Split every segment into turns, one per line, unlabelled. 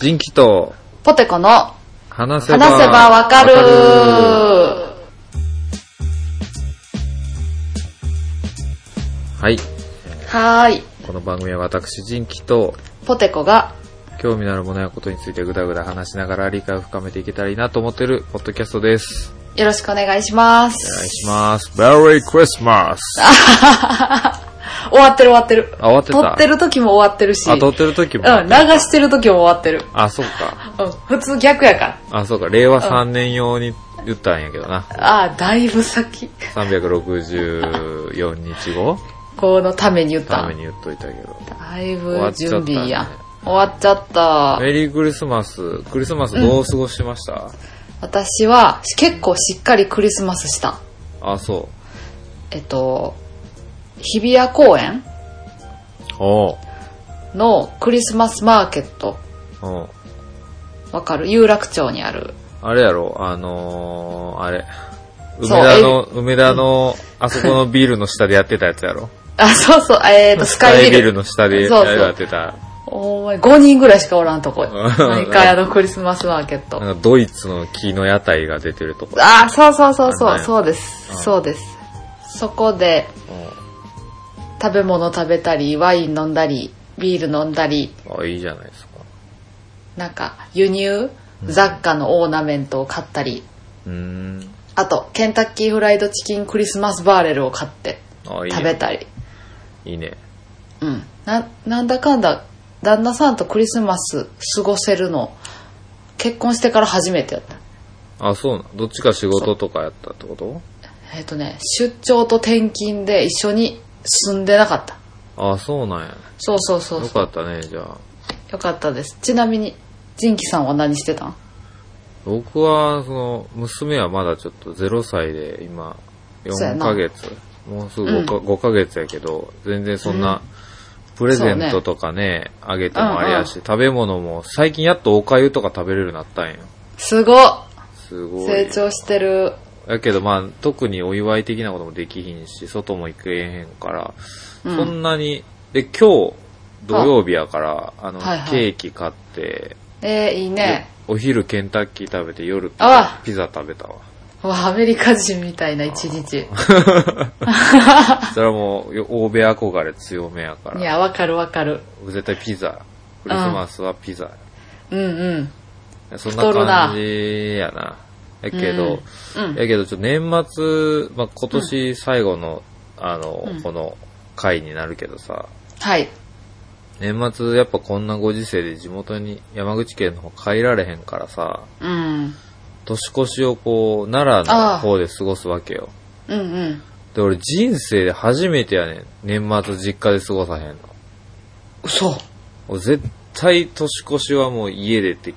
人気と
ポテコの
話せば
話せばわかる
はい。
はーい。
この番組は私、人気と
ポテコが
興味のあるものやことについてぐだぐだ話しながら理解を深めていけたらいいなと思ってるポッドキャストです。
よろしくお願いしま
お願い
す。
します。Merry Christmas!
終わってる終わってる。
あ、終わってた。
撮ってる時も終わってるし、
あ、撮
う
ってる時
ん、
も。
流してる時も終わってる。
あ、そうか。
うん、普通逆やから。
あ、そうか。令和3年用に言ったんやけどな。
ああ、だいぶ先。
364日後
このために言った
た
ん
め。に言っといたけど。
だい
終わ
ぶ
っちゃった
準
ね
備や。終わっちゃった。
メリークリスマス、クリスマスどう過ごしてました、
私は結構しっかりクリスマスした。
あ、そ
えっと、日比谷公園
う。おう。
のクリスマスマーケット。
おう
わかる有楽町にある。
あれやろあのー、あれ。梅
そう
田の、梅田の、あそこのビルの下でやってたやつやろ
あ、そうそう、えっ、と、スカイビル。
の下で
そうそう
やってた。
お前、5人ぐらいしかおらんとこ。
ん
毎回あのクリスマスマーケット。
なんかドイツの木の屋台が出てるとこ。
あー、そうそうそう
あ
そ
ん
う、
なんや
そうです
うん。
そうです。そこで食べ物食べたり、ワイン飲んだり、ビール飲んだり、
あ、いいじゃないですか。
なんか輸入雑貨のオーナメントを買ったり、
うーん。
あと、ケンタッキーフライドチキンクリスマスバーレルを買って
あ、いい
食べ
ね。
たり。
いいね。
うん。な、なんだかんだ、旦那さんとクリスマス過ごせるの、結婚してから初めてやった。
あ、そうなん。どっちか仕事とかやったってこと
えっ、とね、出張と転勤で一緒に住んでなかった。
あ、そうなんや。
そうそうそう
よ
そう。
かったね、じゃあ。
よかったです。ちなみに、ジンキさんは何してたん
僕は、その、娘はまだちょっと0歳で、今、
そうや
4
な
ヶ月、もうすぐ 5, か5ヶ月やけど、全然そんな、プレゼントとかね、あげてもあれやし、食べ物も、最近やっとお粥とか食べれるようになったんよ。
すごっ
すごい。
成長してる。
だけどまあ、特にお祝い的なこともできひんし、外も行けへんから、
うん
そんなに、で、今日、土曜日やから、あの、
はいはい
ケーキ買って、
えー、いいね。
お昼ケンタッキー食べて、夜ピザ
あ
ピザ食べたわ。
わあ、アメリカ人みたいな一日。
それはもう、よ欧米憧れ強めやか
い
ら。
や、わかるわかる。
絶対ピザ。クリスマスはピザ。
うんうん。
そん
太
な
るな
感じやな。やけど、
うん。
やけど、ちょっと年末、まあ、今年最後の、あの、
うん
この回になるけどさ、
はい。
年末やっぱこんなご時世で地元に山口県の方帰られへんからさ、
うん。
年越しをこう、奈良の方で過ごすわけよ。
うんうん。
で、俺人生で初めてやねん。年末実家で過ごさへんの。
嘘。
俺絶対年越しはもう家でって、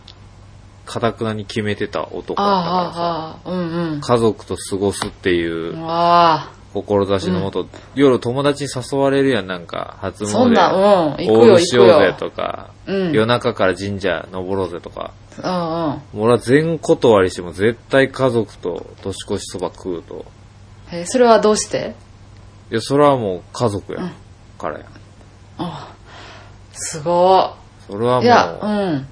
かたくなに決めてた男だったか
あ
らさ。
あ、ああ、うんうん。
家族と過ごすっていう
ああ、
志のもと、夜友達に誘われるやん、なんか、初
そんな、
詣。オ
うん。行く
ー
よ、
ル
行
し
く
ようぜ
よ。
とか、
うん。
夜中から神社登ろうぜとか。
うんうん。
もう俺は全断りしても絶対家族と年越しそば食うと。
えーそれはどうして
いや、それはもう家族や、からや。
あすご。
それはい
いや、う
もう、
ん。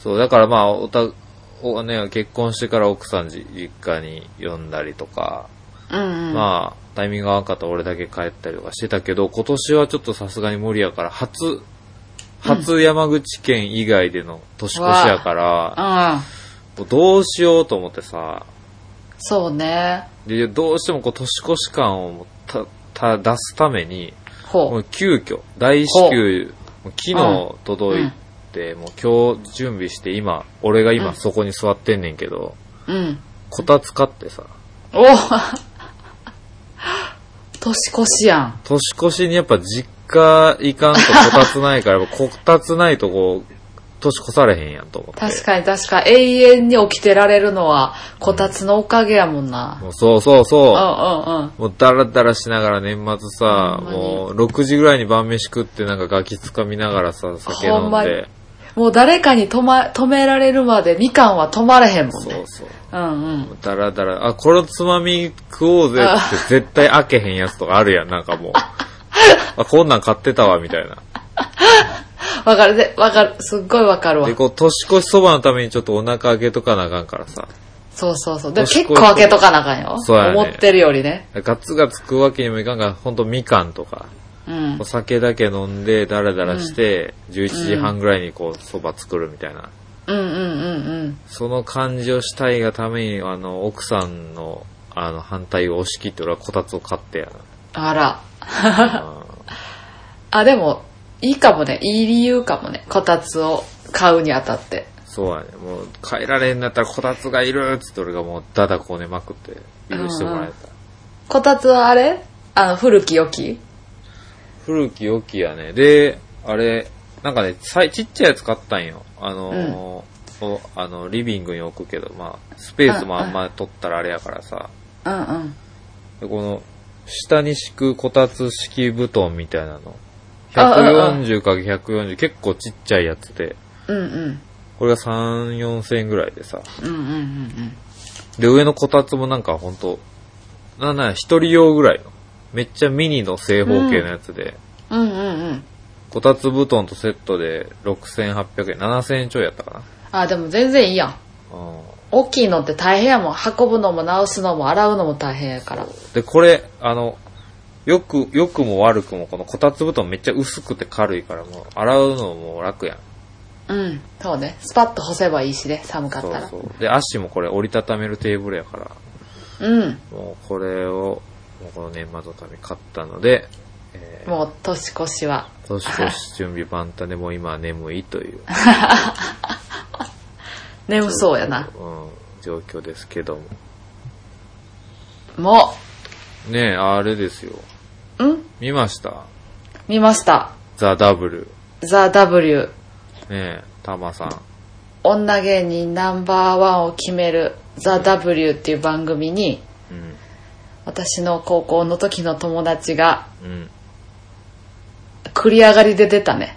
そう、だからまあ、おた、おね、結婚してから奥さんじ実家に呼んだりとか、
うんうん。
まあ、タイミングが合わんかったら俺だけ帰ったりとかしてたけど、今年はちょっとさすがに無理やから、初、初山口県以外での年越しやから、
うん。
もうどうしようと思ってさ、
そうね。
で、どうしてもこう年越し感をもうた、た、出すために、も
ほう。
う急遽、大至急、もう昨日届いて、もう今日準備して今、俺が
う
今
ん
そこに座ってんねんけど、
うん。
こたつ買ってさ、
お 年越しやん。
年越しにやっぱ実家行かんとこたつない から、やっぱこたつないとこう、年越されへんやんと思って。
確かに確かに。永遠に起きてられるのは、こたつのおかげやもんな。
もうそうそう
うんう
そ
んうん。
う。もうダラダラしながら年末さ、
ほんまに
もう6時ぐらいに晩飯食ってなんかガキつかみながらさ、酒飲
ほ
ん
んまに
で。
もう誰かに止ま、止められるまでみかんは止まれへんもん
そ
ね
う。そう。
うんうん。
だらだら、あ、このつまみ食おうぜ
あ
って絶対開けへ んやつとかあるやん、なんかもう。あ、こんなん買ってたわ、みたいな。
わかるで、わかる。すっごいわかるわ
で、。こう、年越しそばのためにちょっとお腹開けとかなあかんからさ。
そうそうそう。でも
年
結
越し
構開けとかなあかんよ。
そうやね
思ってるよりね。
ガツガツ食うわけにもいかんから、ほんとみかんとか、
うん
お。酒だけ飲んで、ダラダラして、11時半ぐらいにこう、そば作るみたいな。
うんうんうんうん。
その感じをしたいがために、あの、奥さんの、あの、反対を押し切って、俺はこたつを買ってや
あら。
な。うん
あ、でも、いいかもね。いい理由かもね。こたつを買うにあたって。
そうやね。もう、帰られんだったらこたつがいるっつって俺がもう、だだこねまくって、許してもらえた。
こたつはあれあの、古き良き
古き良きやね。で、あれ、なんかね、さいちっちゃいやつ買ったんよ。あのーおあの、リビングに置くけど、まあ、スペースもあんま取ったらあれやからさ。
うんうん。
でこの、下に敷くこたつ式布団みたいなの。
あうん
140×140、結構ちっちゃいやつで。
うんうん。
これが3、4千円ぐらいでさ。
うんうんうん
で、上のこたつもなんかほんと、なんなんや、一人用ぐらいの。めっちゃミニの正方形のやつで。
うん。うんうんうん。
こたつ布団とセットで6800円、7000円ちょいやったか
あ、でも全然いいやん。
な。うん。
大きいのって大変やもん。運ぶのも直すのも洗うのも大変やから。
で、これ、あの、よく、良くも悪くもこのこたつ布団めっちゃ薄くて軽いからもう洗うのも楽やん。
うん。そうね。スパッと干せばいいしね。寒かっ
そ
た
う
ら。う
そう。で、足もこれ折りたためるテーブルやから、
ん。
もうこれを、もうこの年末のために買ったので、え
もう年越しは。
ー、年越し準備万端でもう今は眠いという。
眠そうやな。
うん、状況ですけども。
も
ねえ、あれですよ。
う、ん
見ました
見ました。
ザ・ダブル。
ザ・ W。
ねえ、タマさん。
女芸人ナンバーワンを決めるザ・ W っていう番組に、
うん。
私の高校の時の友達が
うん。
繰り上がりで出たね。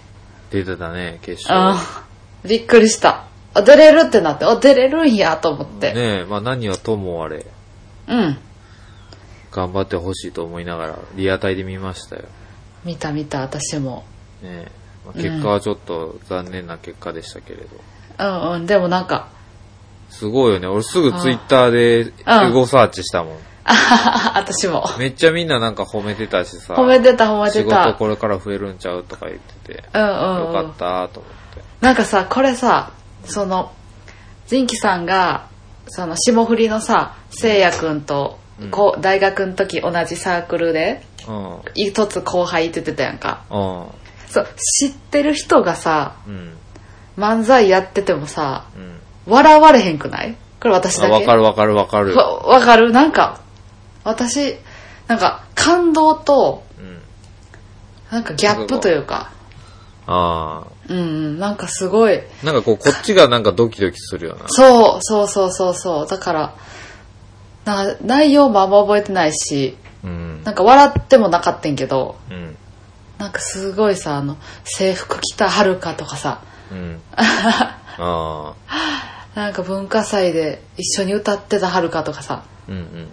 出てたね、決勝。
うん。びっくりした。あ、出れるってなって、あ、出れるんやと思って。
ねえ、まあ何はともあれ、
うん。
頑張ってほしいと思いながら、リアタイで見ましたよ。ね
見た見た、私も。
え。まあ、結果はちょっと残念な結果でしたけれど。
うんうん、でもなんか、
すごいよね。俺すぐツイッターでエゴサーチしたもん。
あはは私も。
めっちゃみんななんか褒めてたしさ。
褒めてた褒めて
仕事
た。
これから増えるんちゃうとか言ってて。
うん
よ
うんう
か
ん
っ。たと思って。
なんかさ、これさ、その、ジンキさんが、その、霜降りのさ、聖也くんと、
うん
こう、大学の時同じサークルで、
うん。
一つ後輩って言ってたやんか。
うん。
そう、知ってる人がさ、
うん。
漫才やっててもさ、
うん。
笑われへんくないこれ私
あ
だけ。
わかるわかるわかる。
わわかるなんか、私、なんか、感動と、
うん。
なんかギャップというか、
あ
うんうん、なんかすごい、
あ。なんかこう、こっちがなんかドキドキするよな。
そう、そうそうそうそう。だから、な内容もあんま覚えてないし、
うん
な。んか笑ってもなかったんけど、
うん。
なんかすごいさ、あの、制服着たはるかとかさ、
うん。ああ。
なんか文化祭で一緒に歌ってたはるかとかさ、
うんうんうん。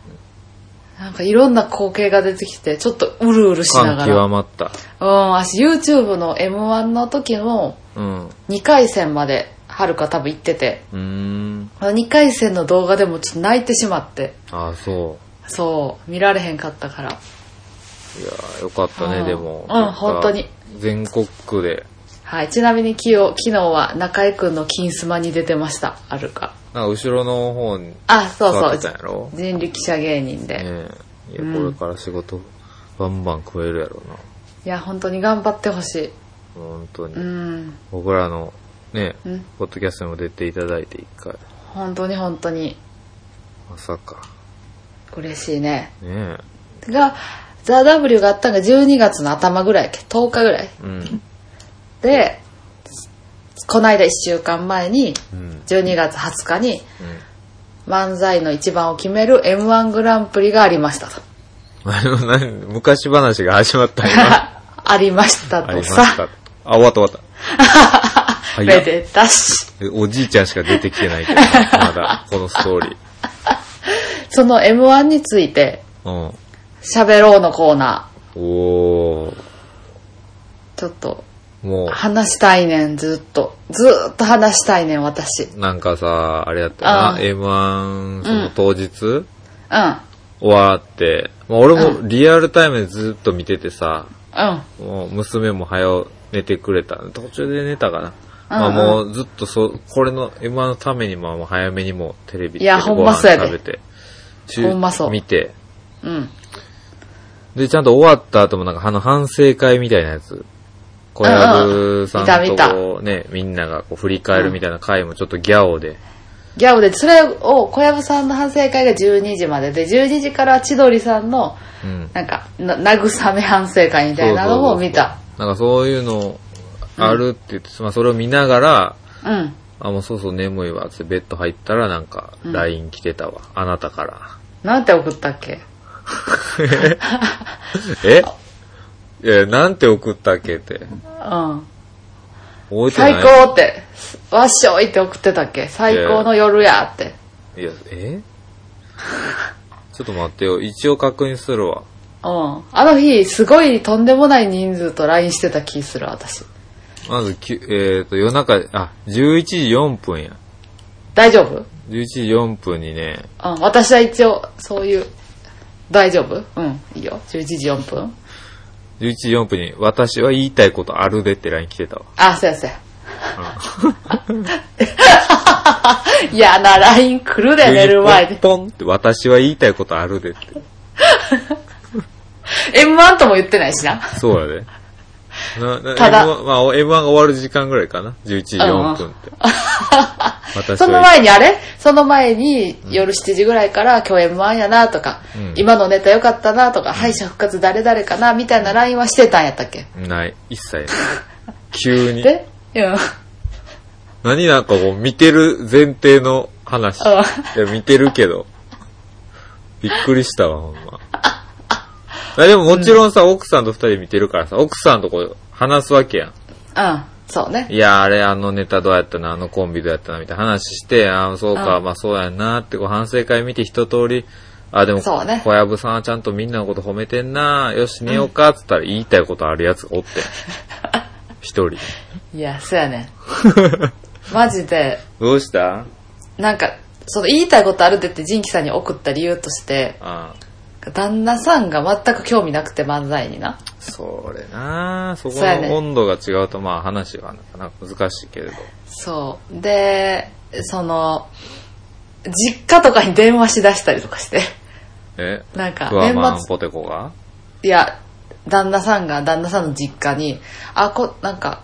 なんかいろんな光景が出てきて、ちょっとうるうるしな
感
がら。
極まった。
うん、私 YouTube の M1 の時の
うん。う
2回戦まではるか多分行ってて、
ーん。
2回戦の動画でもちょっと泣いてしまって、
ああ、そ
そう、見られへんかったから。
う。いやーよかった
う
ね、
ん
でも。
うん本当に。
全国区で。
はい、ちなみに昨日昨日は中井くんの金スマに出てました、あるか。
なんか後ろの方に
あ、そう
座って
そ
たん
う
や、ろ
人力車芸人で。
ねえ。いや、
うん
これから仕事、バンバン食えるやろうな。
いや、本当に頑張ってほしい。
本当
う
に。
ん、
僕らの、ね
う、ん、
ポッドキャストにも出ていただいて一回。
本当に本当に
まさか。
嬉しいね。
ね
が、ザ・ W があったのが12月の頭ぐらいやっけ、10日ぐらい。
え。うん。
で、こないだ1週間前に、
うん。
12月20日に漫才の一番を決める M1 グランプリがありましたと。
あの、何昔話が始まった今。
ありました
あり
と
ま
さ。
した。あ、終わった終わった。早っ
めでたし。
えおじいちゃんしか出てきてないけどな、まだ、このストー リ
その M1 について、
ー。
喋ろうのコーナ
うん。おー。
ー、ちょっと、
も
話したいねん、ずっと。ずーっと話したいねん、私。うん。
う、なんかさ、あれやったな、
あー
M1、その当日、
うん。
終わって、まあ、俺もリアルタイムでずっと見ててさ、
うん。
もう娘も早う寝てくれた。途中で寝たかな。まあ
うん
もうずっとそう、これの M1 のためにまあもう早めにもうテレビ
いや
ご
ほんま
飯
そうやで
食べて、
ほんまそう
見て、
うん。
で、ちゃんと終わった後もなんかあの反省会みたいなやつ、小籔さん
見
と
た
こうね、みんながこう振り返るみたいな回もちょっとギャオで、
ギャオで、それを小籔さんの反省会が12時までで、12時から千鳥さんの、
うん。
なんか、な慰め反省会みたいなのを見た。
なんかそういうのあるって言って、まあそれを見ながら、
うん。
あ、もうそうそう眠いわっつってベッド入ったらなんか LINE 来てたわ。あなたから。
なんて送ったっけ
えいや、なんて送ったっけって。
うん。
覚えてない
最高って、わっしょいって送ってたっけ最高の夜やって。
いや、えちょっと待ってよ。一応確認するわ。
うん。あの日、すごいとんでもない人数と LINE してた気する、私。
まず、きゅえっ、と、夜中、あ、11時4分や。
大丈夫
11時4分にね、
うん、私は一応、そういう、大丈夫うん、いいよ。11時4分。
11時4分に、私は言いたいことあるでって LINE 来てたわ。
あ、そうやそうや。いやな、LINE 来るで、 寝る前で。
ポンポンって、私は言いたいことあるでって。
M1 とも言ってないしな。
そうや で。なな
ただ
M1 まあ、M1 が終わる時間ぐらいかな。11時4分って。私
その
は
前に、あれその前に、夜7時ぐらいから、今日 M1 やなとか、
うん
今のネタ良かったなとか、敗者復活誰々かなみたいな LINE はしてたんやったっけ
ない。一切ない。急 に。
でうん。
何なんかこう見てる前提の話。いや、見てるけ ど。びっくりしたわ、ほんま。いやでももちろんさ、奥さんと二人で見てるからさ、奥さんとこう話すわけや
うん。そうね
ん。。いや、あれ、あのネタどうやったな、あのコンビどうやったな、みたいな話して、ああ、そうか、
うん
まあそうやんな、ってこう反省会見て一通り、あ、でも、
そうね
小籔さんはちゃんとみんなのこと褒めてんな、よし、寝ようか、つったら言いたいことあるやつがお ってん。一人。
いや、そうやねん。マジで、
どうした
なんか、その言いたいことあるでってジンキさんに送った理由として、
ああ
旦那さんが全く興味なくて漫才にな。
それなあそこ
そうやね
の温度が違うと、まあ話がなかなか難しいけれど。
そう。で、その、実家とかに電話しだしたりとかして、
え
なんか、
ふわまん
年末、
ポテコが
いや、旦那さんが旦那さんの実家に、あ、こ、なんか、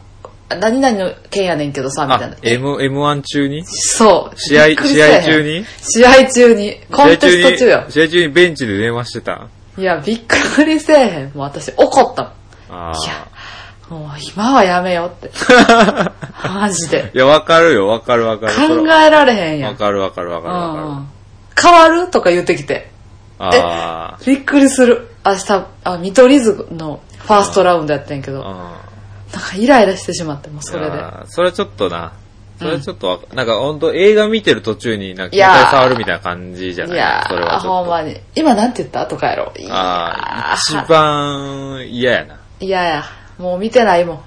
何々の件やねんけどさ、みた
あ
いな、。え
M、M1 中に
そう。
試合
びっくりしたやん
試合中に
試合中に。コンテスト中
試合
よ
中。に試合中にベンチで電話してた
いや、びっくりせえへん。もう私怒ったもん。
あ
い
あ
や。もう今はやめよう って。マジで。
いや、わかるよ、わかるわかる。
考
それ
えられへんやん。
わかるわかるわか
う
るわかる。
ん変わるとか言ってきて。
あ
びっくりする。明日、あ、見取り図のファーストラウンドやってんけど、なん
あ。
かイライラしてしまって、もうそれ
い
で。
やそれちょっとな。それちょっとわか、なんか本当映画見てる途中になんか
いや
携帯触るみたいな感じじゃない
いや
それは
ー、
ちょ
ほ
っ
ん
と。
まに。今なんて言ったとかやろ。い
ああ
や、
一番嫌やな。
ー、いやや。もう見てないも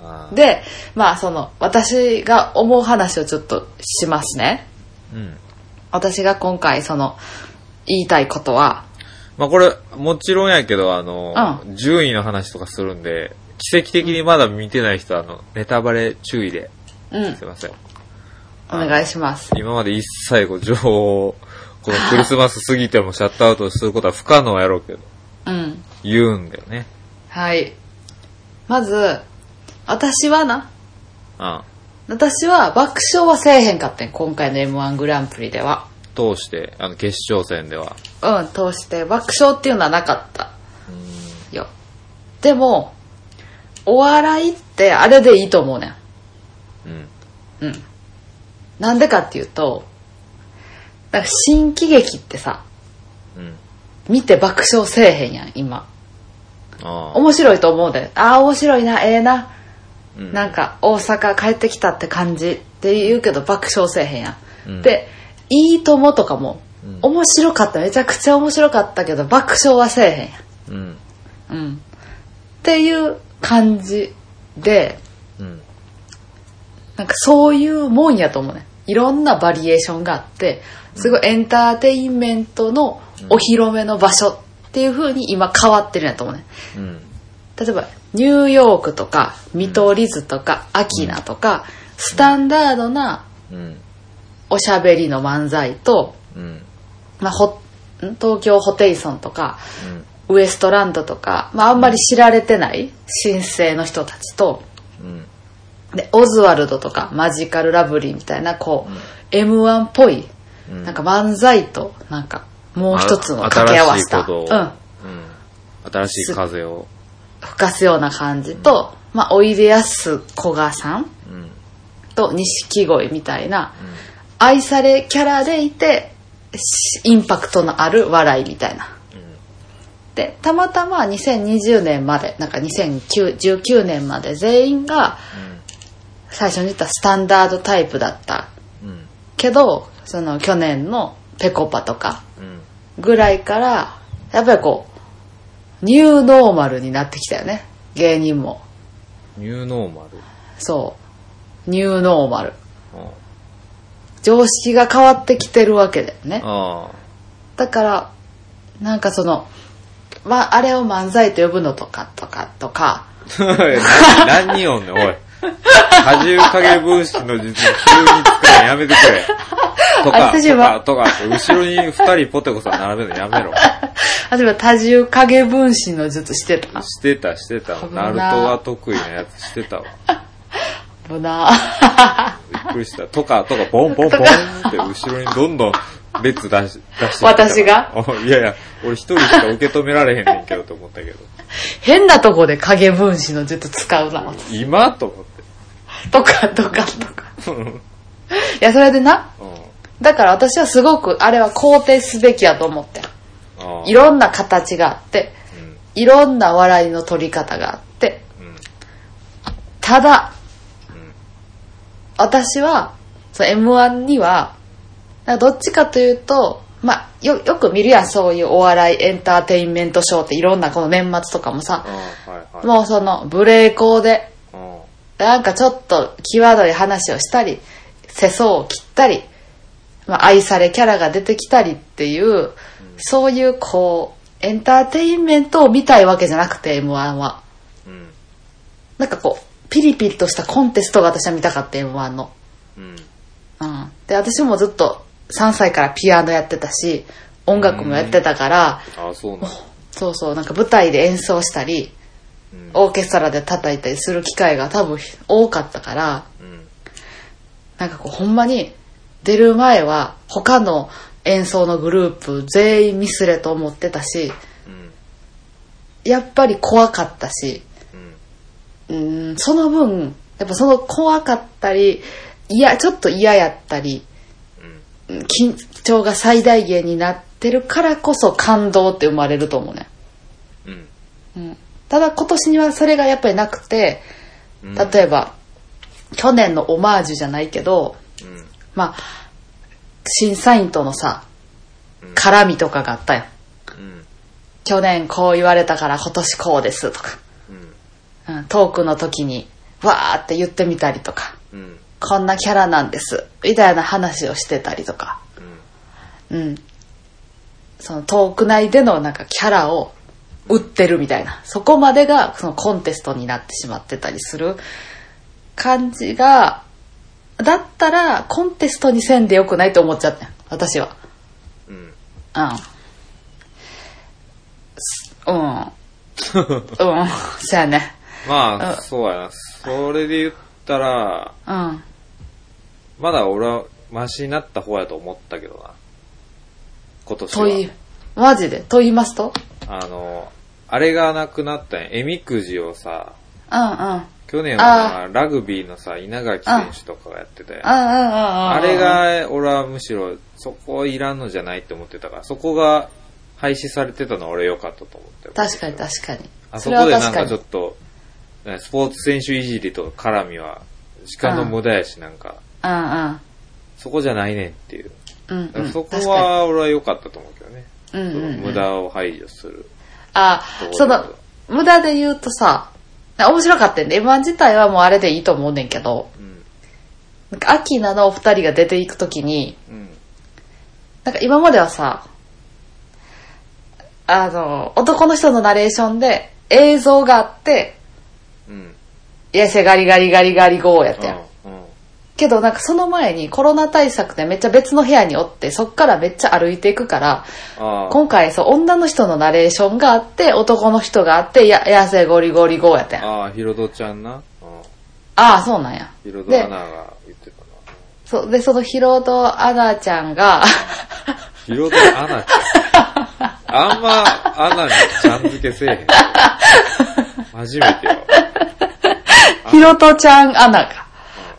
あー
ん。で、まあその、私が思う話をちょっとしますね。
うん。
私が今回その、言いたいことは、
まあこれ、もちろんやけど、あの、
う
順位の話とかするんで、奇跡的にまだ見てない人は、あの、ネタバレ注意で、
うん
すい、ません。
お願いします。
今まで一切こう、情報を、このクリスマス過ぎてもシャットアウトすることは不可能やろうけど、
うん。
言うんだよね。
はい。まず、私はな、
あ
私は爆笑はせえへんかってん、今回の M1 グランプリでは。
通して、あの、決勝戦では。
うん、通して爆笑っていうのはなかった。よ。でも、お笑いってあれでいいと思うねん。
うん。
うん。なんでかっていうと、なんか新喜劇ってさ、
うん。
見て爆笑せえへんやん、今。
ああ。
面白いと思うで。ああ、面白いな、ええな。
うん
なんか大阪帰ってきたって感じって言うけど爆笑せえへんやん、
うん
で「いいとも」とかも、
うん
面白かっためちゃくちゃ面白かったけど爆笑はせえへんや
うん。
ん、うん、っていう感じで
うん。
なんかそういうもんやと思うねいろんなバリエーションがあってすごいエンターテインメントのお披露目の場所っていう風に今変わってるんやと思うね
うん。
例えばニューヨークとか見取り図とかアキナとかスタンダードな
うん。
おしゃべりの漫才と、
うん。
まあ、ほん東京ホテイソンとか
うん。
ウエストランドとか、まあ、あんまり知られてない新生の人たちと
うん。
でオズワルドとかマジカルラブリーみたいなこう、m 1っぽい
うん
なんか漫才となんかもう一つの
あ
掛け合わせ
新しいこ
た、
とを、
うん、
うん。新しい風を、
吹かすような感じと、まあ、おいでやすこがさん
うん。
と錦鯉みたいな、愛されキャラでいてしインパクトのある笑いみたいな。でたまたま2020年までなんか2019年まで全員が最初に言ったスタンダードタイプだった
うん。うん。
けどその去年のぺこぱとか
うん。
ぐらいからやっぱりこうニューノーマルになってきたよね芸人も
ニューノーマル。
そうニューノーマル
あ
常識が変わってきてるわけだよね
あ。
だからなんかその、まあ、あれを漫才と呼ぶのとかとかとか
何何人おんねん、おい。果汁影分子の実に急に使うのやめてくれ。とか、
私
と
は
か、とかって、後ろに二人ポテコさん並べるのやめろ。
例えば多重影分身の術してた
してた、してた。
危
ナ
な
ルトは得意なやつしてたわ。
危な
びっくりした。とか、とか、ボンボンボンって後ろにどんどん列出し、出してきた
私が
おいやいや、俺一人しか受け止められへんねんけどと思ったけど。
変なとこで影分身の術使うな
今と思って。
とかとかとかいやそれでな
うん。
だから私はすごくあれは肯定すべきやと思って
ああ
いろんな形があって
うん。
いろんな笑いの取り方があって
うん。
ただ
ん
私は m 1にはなんかどっちかというとまあよよく見るやんそういうお笑いエンターテインメントショーっていろんなこの年末とかも
あ
さ
あ、はいはい。
もうその無礼講で
うん。
なんかちょっと際どい話をしたり、世相を切ったり、まあ、愛されキャラが出てきたりっていう、そういうこう、エンターテインメントを見たいわけじゃなくて、M1 は。
うん。
なんかこう、ピリピリとしたコンテストが私は見たかった、M1 の。
うん。
うん。で、私もずっと3歳からピアノやってたし、音楽もやってたから、
ああ、そうなんだ。
そうそう、なんか舞台で演奏したり、
うん。
オーケストラで叩いたりする機会が多分多かったから、
うん。
なんかこうほんまに出る前は他の演奏のグループ全員ミスれと思ってたし、
うん。
やっぱり怖かったし、
うん。
うん、その分、やっぱその怖かったり、いや、ちょっと嫌やったり、
うん。
うん緊張が最大限になってるからこそ感動って生まれると思うね。
うん。
うん、ただ今年にはそれがやっぱりなくて、
うん
例えば、去年のオマージュじゃないけど、
うん。
まあ、審査員とのさ
うん、
絡みとかがあったよ。
うん。
去年こう言われたから今年こうですとか、
うん。
うん、トークの時にわーって言ってみたりとか、
うん。
こんなキャラなんです、みたいな話をしてたりとか、
うん。
うん。そのトーク内でのなんかキャラを売ってるみたいな、そこまでがそのコンテストになってしまってたりする感じが、だったらコンテストにせんでよくないと思っちゃったよ私は。
うん。
うん。うん。うん。そうやね。
まあ、
うん
そうやな。それで言ったら、
うん。
まだ俺はマシになった方やと思ったけどな。今年
とい
は。、
マジでと言いますと
あの、あれがなくなったんや。えみくじをさ、
うんうん。うんうんうんうん。
去年はなラグビーのさ、稲垣選手とかがやってたやん。あ
あ
れ、が、俺はむしろ、そこいらんのじゃないって思ってたから、そこが廃止されてたのは俺良かったと思ってる。
確かに確かに。
あそこでなん
それ
か
は
ちょっと、ねスポーツ選手いじりと絡みは、時間の無駄やし、なんか、
か
そこじゃないねんっていう。
に。うんう
だ
ん。
か
うんう
ら
ん。
そこ
確か
は、俺は良かったと思うけどね。
に、うんうんうん
その無駄を排除する。
あ
とこ、ろ
その、無駄で言うとさ、面白かったんで、M1 自体はもうあれでいいと思うねんけど、
うん。
なんかアキナのお二人が出ていくときに、
うん。
なんか今まではさ、あの、男の人のナレーションで映像があって、
うん。
いやせガリガリガリガリゴーやったやん。
うん。うん
けどなんかその前にコロナ対策でめっちゃ別の部屋におって、そっからめっちゃ歩いていくから、
ああ。
今回そう女の人のナレーションがあって、男の人があって、いや、やせゴリゴリゴーやったやん。あ
ああ、ヒロドちゃんな。うん。
あー、そうなんや。
ヒロドアナが言ってたな。
そう、で、そのヒロとアナちゃんが、
ヒロドアナち ゃん。あんま、アナにちゃん付けせえへん。初めてよ。
ヒロトちゃんアナが、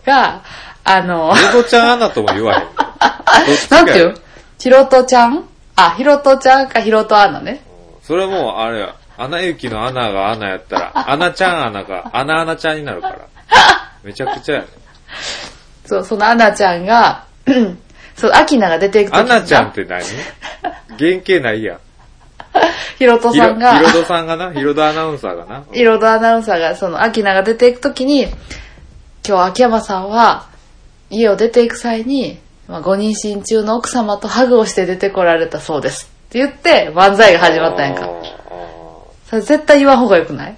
が、あの、
ヒロドちゃんアナとも言わへん。どっちか
な
や
んていうヒロトちゃんあ、ヒロトちゃんかヒロトアナね。
それはもう、あれや、アナ雪のアナがアナやった ら、アナちゃんアナが、アナアナちゃんになるから。めちゃくちゃやね。
そう、そのアナちゃんが、 そう、アキナが出ていくと
ア
きにな
ナちゃんって何原型ないやん。
ヒロト
ヒ
さ
ロ
んが
ヒ、ロドさんがな、ヒロドアナウンサーがな。
ヒロトアナウンサーが、そのアキナが出ていくときに、今日秋山さんは、家を出ていく際に、まあ、ご妊娠中の奥様とハグをして出てこられたそうです。って言って、漫才が始まったんやん
あ
か。
ー
それ絶対言わん方がよくない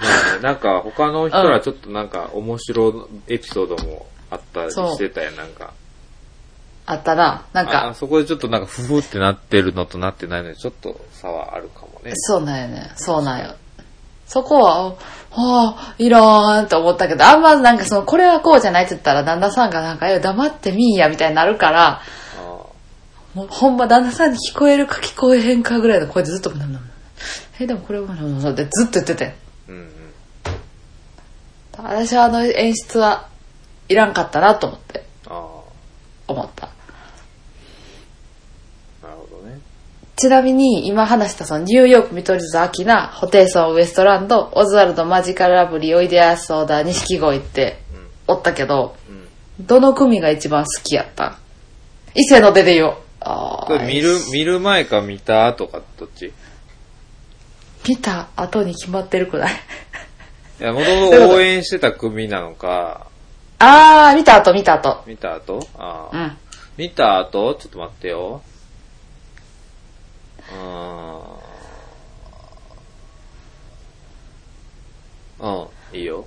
まあねなんか他の人らちょっとなんか面白いエピソードもあったりしてたやん、なんか。
あったな。なん
あ
か、
そこでちょっとなんかふふってなってるのとなってないのでちょっと差はあるかもね。
そうなんよね。そうなんよ。そこは、はあ、いらーんと思ったけど、あんまなんかその、これはこうじゃないって言ったら、旦那さんがなんか、え、黙ってみーや、みたいになるから、
あ
もうほんま旦那さんに聞こえるか聞こえへんかぐらいの声でずっと、なんなんなんえ、でもこれは、なんなんなんってずっと言ってて。
ーうんうん。
私はあの演出はいらんかったなと思って、
あ
思った。
あ、なるほどね。
ちなみに今話したそのニューヨーク見取り図アキナ、ホテイソンウエストランド、オズワルドマジカルラブリー、おいでやすソーダ、錦鯉っておったけど、
うん。
どの組が一番好きやったん伊勢の出でよ。あ
これ
ー
見る、見る前か見たとかどっちい
見た後に決まってるくない
や、もともと応援してた組なのか、
あー、見た後見た後。
見た後あ
う
あ、
ん。
見た後ちょっと待ってよ。うーん。うん、いいよ。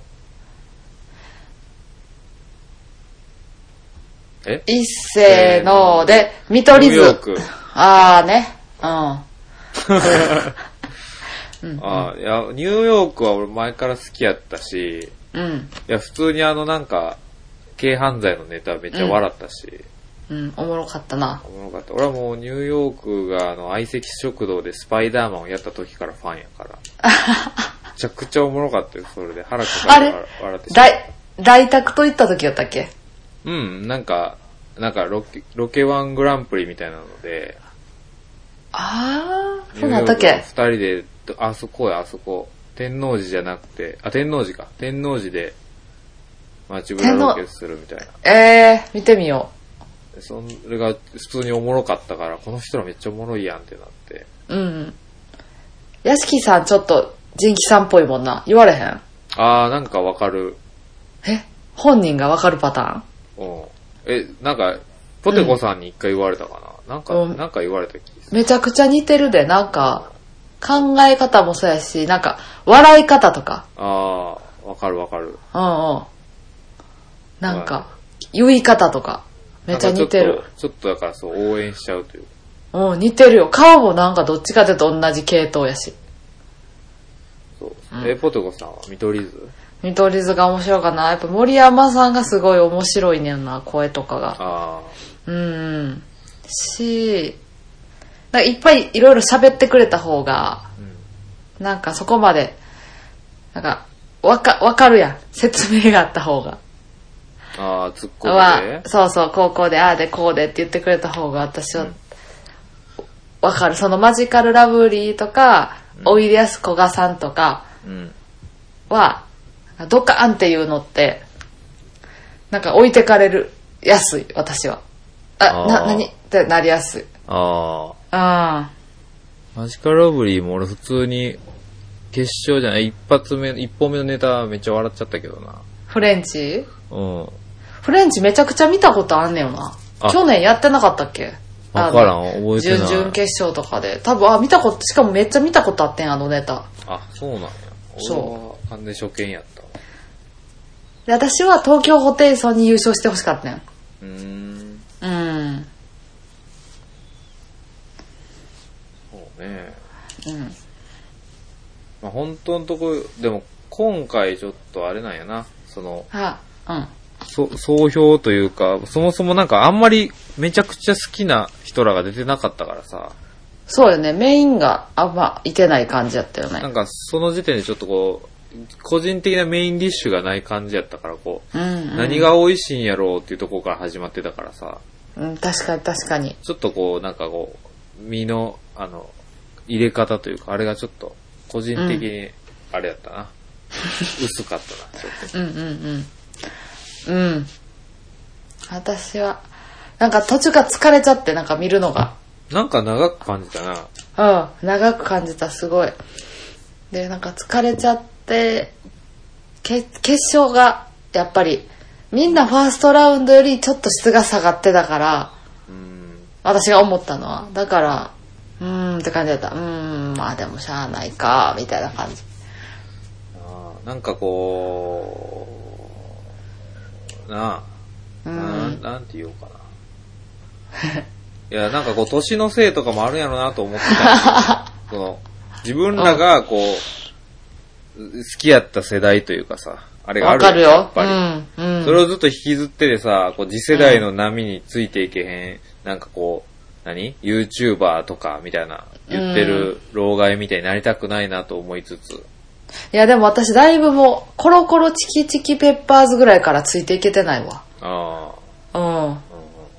え
伊勢ので、見取り
ニューヨー
図
ク。。
あーね。う
ああ、いや、ニューヨークは俺前から好きやったし、
ん。うん。
いや、普通にあのなんか、軽犯罪のネタめっちゃ笑ったし、
うん、おもろかったな。
おもろかった。俺はもうニューヨークがあの、相席食堂でスパイダーマンをやった時からファンや から。めちゃくちゃおもろかったよ、それで。腹抱えて笑笑ってしまっ
大、大宅と行った時やったっけ
た。うん、なんか、なんかロケ、ロケワングランプリみたいなので、
あー、
ニ
そ
ュー
うな
ヨー
んだ
ク
っけ
二人で、どあそこや、あそこ。天王寺じゃなくて、あ、天王寺か。天王寺で、街ぶらロケするみたいな。
えー、見てみよ
それが普通におもろかったから、この人らめっちゃおもろいやんってなって。
う。うん。屋敷さんちょっと、人気さんっぽいもんな。言われへん
あー、なんかわかる。
え本人がわかるパタ
うん。え、なんか、ポテコさんに一回言われたかな、なん
う
か、
ん
なんか言われた気がす
ーンめちゃくちゃ似てるで、なんか、考え方もそうやし、なんか、笑い方とか。
る。あー、わかるわかる。
うんうん。なんか、言い方とか。めっちゃ似て
なん
る
か。ちょっと。ちょっとだからそう、応援しちゃうという。
うん、似てるよ。顔もなんかどっちかというと同じ系統やし。
そう。え、ポテコさんは見取り図
見取り図が面白いかな。やっぱ森山さんがすごい面白いねんな、声とかが。
あ
うん。し、なんかいっぱいいろいろ喋ってくれた方が、
ー、うん。
なんかそこまで、なんか、わか、わかるやん。説明があった方が。
あー、突っ込んで
は、。そうそう、高校で、ああでこうでって言ってくれた方が私は、わかる。そのマジカルラブリーとか、おいでやすこがさんとか、
うん。
は、なんかドカーンっていうのって、なんか置いてかれる、やすい、私は。あ、
あー
な、なにってなりやすい。
あー、
あ
マジカルラブリーも俺普通に、決勝じゃない、一発目、一本目のネタめっちゃ笑っちゃったけどな。
フレンチ
うん。わ
フレンチめちゃくちゃ見たことあんねんな
あ。
去年やってなかったっけあの
からん、覚えて
準
ない。
々決勝とかで。多分、あ、見たこと、しかもめっちゃ見たことあってん、あのネタ。
あ、そうなんや。
そう
俺は完全初見やったわ。
で、私は東京ホテイソンに優勝してほしかったん。
うーん、
うん。
そうね。
うん。
まあ、本当のとこ、でも、今回ちょっとあれなんやな。その、
は、うん。
そ総評というか、そもそもなんかあんまりめちゃくちゃ好きな人らが出てなかったからさ、
そうよね、メインがあんまいてない感じやったよ
な
ね。
んかその時点でちょっとこう、個人的なメインディッシュがない感じやったから、こ
うん、う
う、
ん。
何が美味しいんやろうっていうところから始まってたからさ、
うん、確かに確かに。
ちょっとこう、なんかこう、身の、あの、入れ方というか、あれがちょっと、個人的に、あれやったな。薄かったな、ちょっと。
うんうんうん。うん。私は、なんか途中から疲れちゃって、なんか見るのが。
なんか長く感じたな。
うん、長く感じた、すごい。で、なんか疲れちゃって、け決勝が、やっぱり、みんなファーストラウンドよりちょっと質が下がってたから、
うん。
私が思ったのは。だから、うーんって感じだった。うーん、まあでもしゃあないか、みたいな感じ。
あーなんかこう、なあ、
う
なん
ん。
なんて言おうかな。いや、なんかこう、年のせいとかもあるんやろなと思ってたんですよ。その、自分らがこう、好きやった世代というかさ、あれがあ
わ
るや
か
ん
る
や
よ
っ。
う
ぱり。
ん。うん。
それをずっと引きずってでさ、こう次世代の波についていけへん、なんかこう、何 ?YouTuber とかみたいな言ってる老害みたいになりたくないなと思いつつ、
いやでも私だいぶもう、コロコロチキチキペッパーズぐらいからついていけてないわ。
あ
うん。
あ、う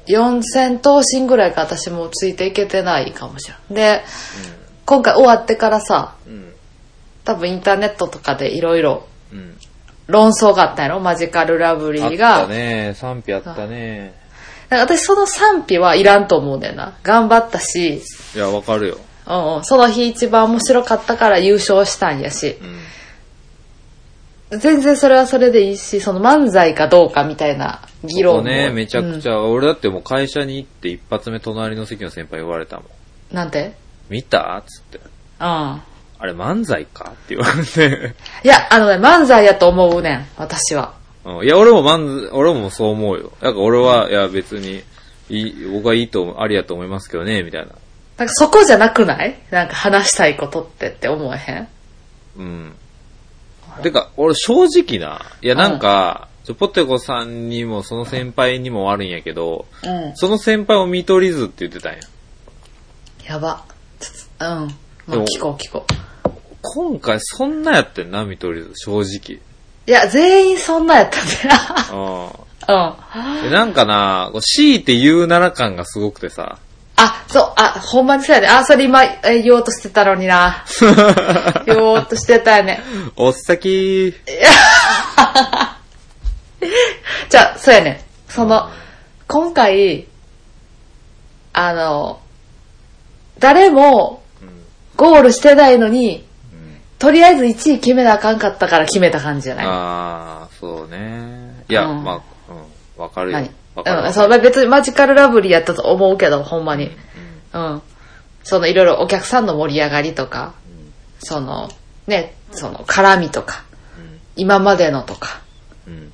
四千頭身ぐらいから私もついていけてないかもしれない。で、今回終わってからさ、
ん、うん、
多分インターネットとかでいろいろ
うん。
論争があったんやろマジカルラブリ
あっ
ーが。
たね、賛否あったね。
なんか私その賛否はいらんと思うねんな。頑張ったし、
いや、わかるよ。
うんうん、その日一番面白かったから優勝したんやし
う、ん、
全然それはそれでいいし、その漫才かどうかみたいな議論
そう
も。
ね、めちゃくち
ゃ。
ゃ、俺だってもう会社に行って一発目隣の席の先輩言われたもん。
なんて
見たつって。
うん。
あれ漫才かって言われて。
いや、あのね、漫才やと思うねん、私は。
うんいや、俺もまん、俺もそう思うよ。なんか俺は、いや別に、いい、僕はいいと思う、ありやと思いますけどね、みたいな。
なんかそこじゃなくないなんか話したいことってって思えへん
うん。てか、俺正直な、いやなんか、ちょポテコさんにもその先輩にも悪いんやけど、
うん。
その先輩を見取り図って言ってたんや。
やば。ちょっと、うん。
で
もう
も
聞こう聞こう。
今回そんなやってんな、見取り図、正
いや、全員そんなやった
直。うん。
んで。
で
うん。
なんかな、こう強いて言うなら感がすごくてさ、
あ、そう、あ、ほんまにそうやね。あ、それ今、え言おうとしてたのに な。言おうとしてたよね。
おっさき
じゃあ、そうやね。その、今回、あの、誰も
うん。
ゴールしてないのに、
うん
とりあえず1位決めなあかんかったから決めた感じじゃない
ああ、そうね。いや、
うん
まあ、うん、わかるよ
何。
わかる。
うん、そう、まあ別にマジカルラブリーやったと思うけど、ほんまに。うん。そのいろいろお客さんの盛り上がりとか、その、ね、その絡みとか、今までのとか、
うん、うん、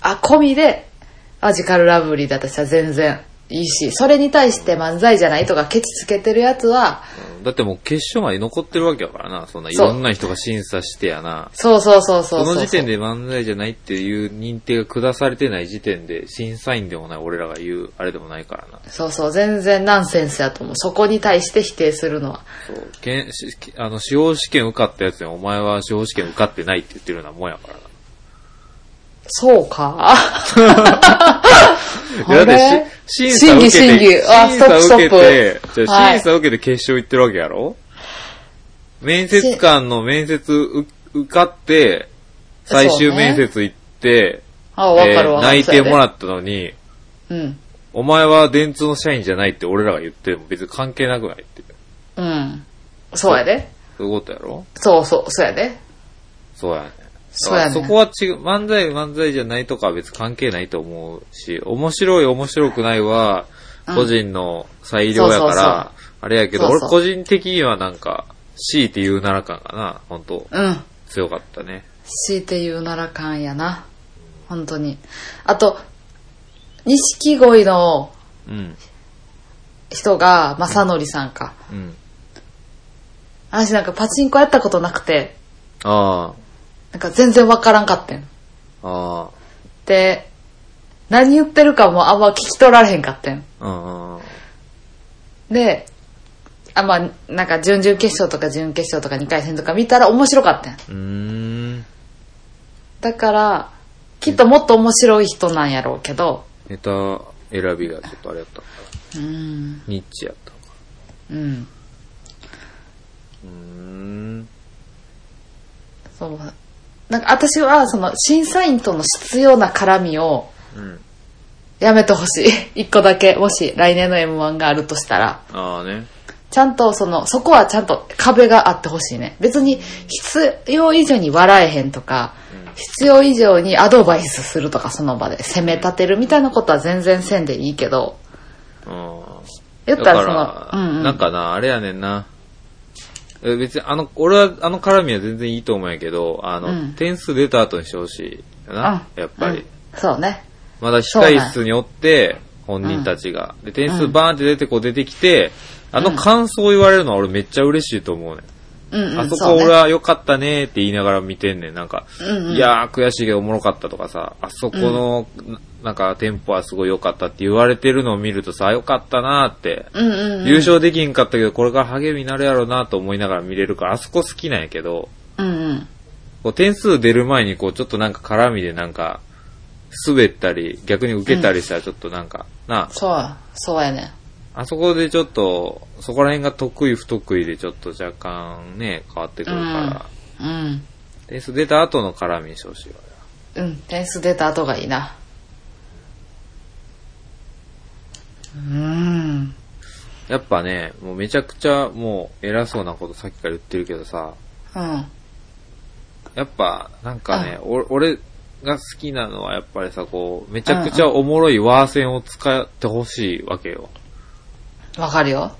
あ、込みで、マジカルラブリーだとしたら全然いいし、それに対して漫才じゃないとかケチつけてるやつは、
うん。だってもう決勝まで残ってるわけやからな。そんない
そう
ろんな人が審査してやな。
そうそうそうそう
こ
そう。
の時点で漫才じゃないっていう認定が下されてない時点で、審査員でもない俺らが言う、あれでもないからな。
そうそう、全然ナンセンスやと思う。そこに対して否定するのは。
そう。けんしあの、司法試験受かったやつに、お前は司法試験受かってないって言ってるようなもんやからな。
そうか あ
いやだっ
れ
てし、審査受けて、
審議審議あ
審査
スト
受
ップ
けて、じゃ
は
あ
い
審査受けて決勝行ってるわけやろ面接官の面接う受かって、最終面接行って、
あ、わかるわかる。
内定もら
っ
ったのに、
うん。
お前は電通の社員じゃないって俺らが言っても別に関係なくないって。
うん。そうやで。
そういうことやろ
そうそう、そうやで。
そうやね。
そうや
だから
ね
そこは違う。漫才漫才じゃないとかは別に関係ないと思うし、面白い面白くないは、
うん
個人の裁量や
そう
か
そうそう
ら、あれやけど、
そう
俺
そう
個人的にはなんか、強いて言うなら感がな、本当
うん。
強かったね。
強いて言うならかんやな。本当に。あと、錦鯉の
うん。
人が、正則さんか。
うん。
私なんかパチンコやったことなくて、
あ
なんか全然わからんかってん。
あ、あ
で、何言ってるかもあんま聞き取られへんかってん。
あ、うんうん。
で、あ、まあ、なんか準々決勝とか準決勝とか2回戦とか見たら面白かったん。
うーん。
だから、きっともっと面白い人なんやろうけど、
ネタ選びがちょっとあれやったのかな。
うん、
ニッチやったのか。
うん、
うーん。
そう。なんか私はその審査員との必要な絡みを
うん。
やめてほしい。 一個だけ、もし来年の M1 があるとしたら。
ああね。
ちゃんとその、そこはちゃんと壁があってほしいね。別に必要以上に笑えへんとか、必要以上にアドバイスするとかその場で攻め立てるみたいなことは全然せんでいいけど、
うん。
言っ
だ
た
からら、
その、うんうん。
なんかな、あれやねんな。え別に、あの、俺は、あの絡みは全然いいと思うんやけど、あの、
うん
点数出た後にしてほしいよな、
うん
やっぱり。
うんそうね。
まだ控え室におって、本人たちが。で、点数バーンって出て、こう出てきて、あの感想を言われるのは俺めっちゃ嬉しいと思うねん。
うんうん。
あそうこ
ね
俺は良かったねって言いながら見てんねん。なんか、
うんうん
いやー悔しいけどおもろかったとかさ、あそこの、ななんかテンポはすごい良かったって言われてるのを見るとさ、良かったなーって、
うんうんうん。
優勝できんかったけど、これから励みになるやろうなと思いながら見れるから、あそこ好きなんやけど、
うんうん。
こう点数出る前にこう、ちょっとなんか絡みでなんか、滑ったり、逆に受けたりしたらちょっとなんか、な
そう、そうやね。
あ、あそこでちょっと、そこら辺が得意不得意でちょっと若干ね、変わってくるから、
うん。
点数出た後の絡みにしてほしいわ。
うん、点数出た後がいいな。うーん。
やっぱね、もうめちゃくちゃもう偉そうなことさっきから言ってるけどさ、
うん。
やっぱ、なんかね、お俺が好きなのはやっぱりさ、こう、めちゃくちゃおもろいワーセンを使ってほしいわけよ。
わかるよ。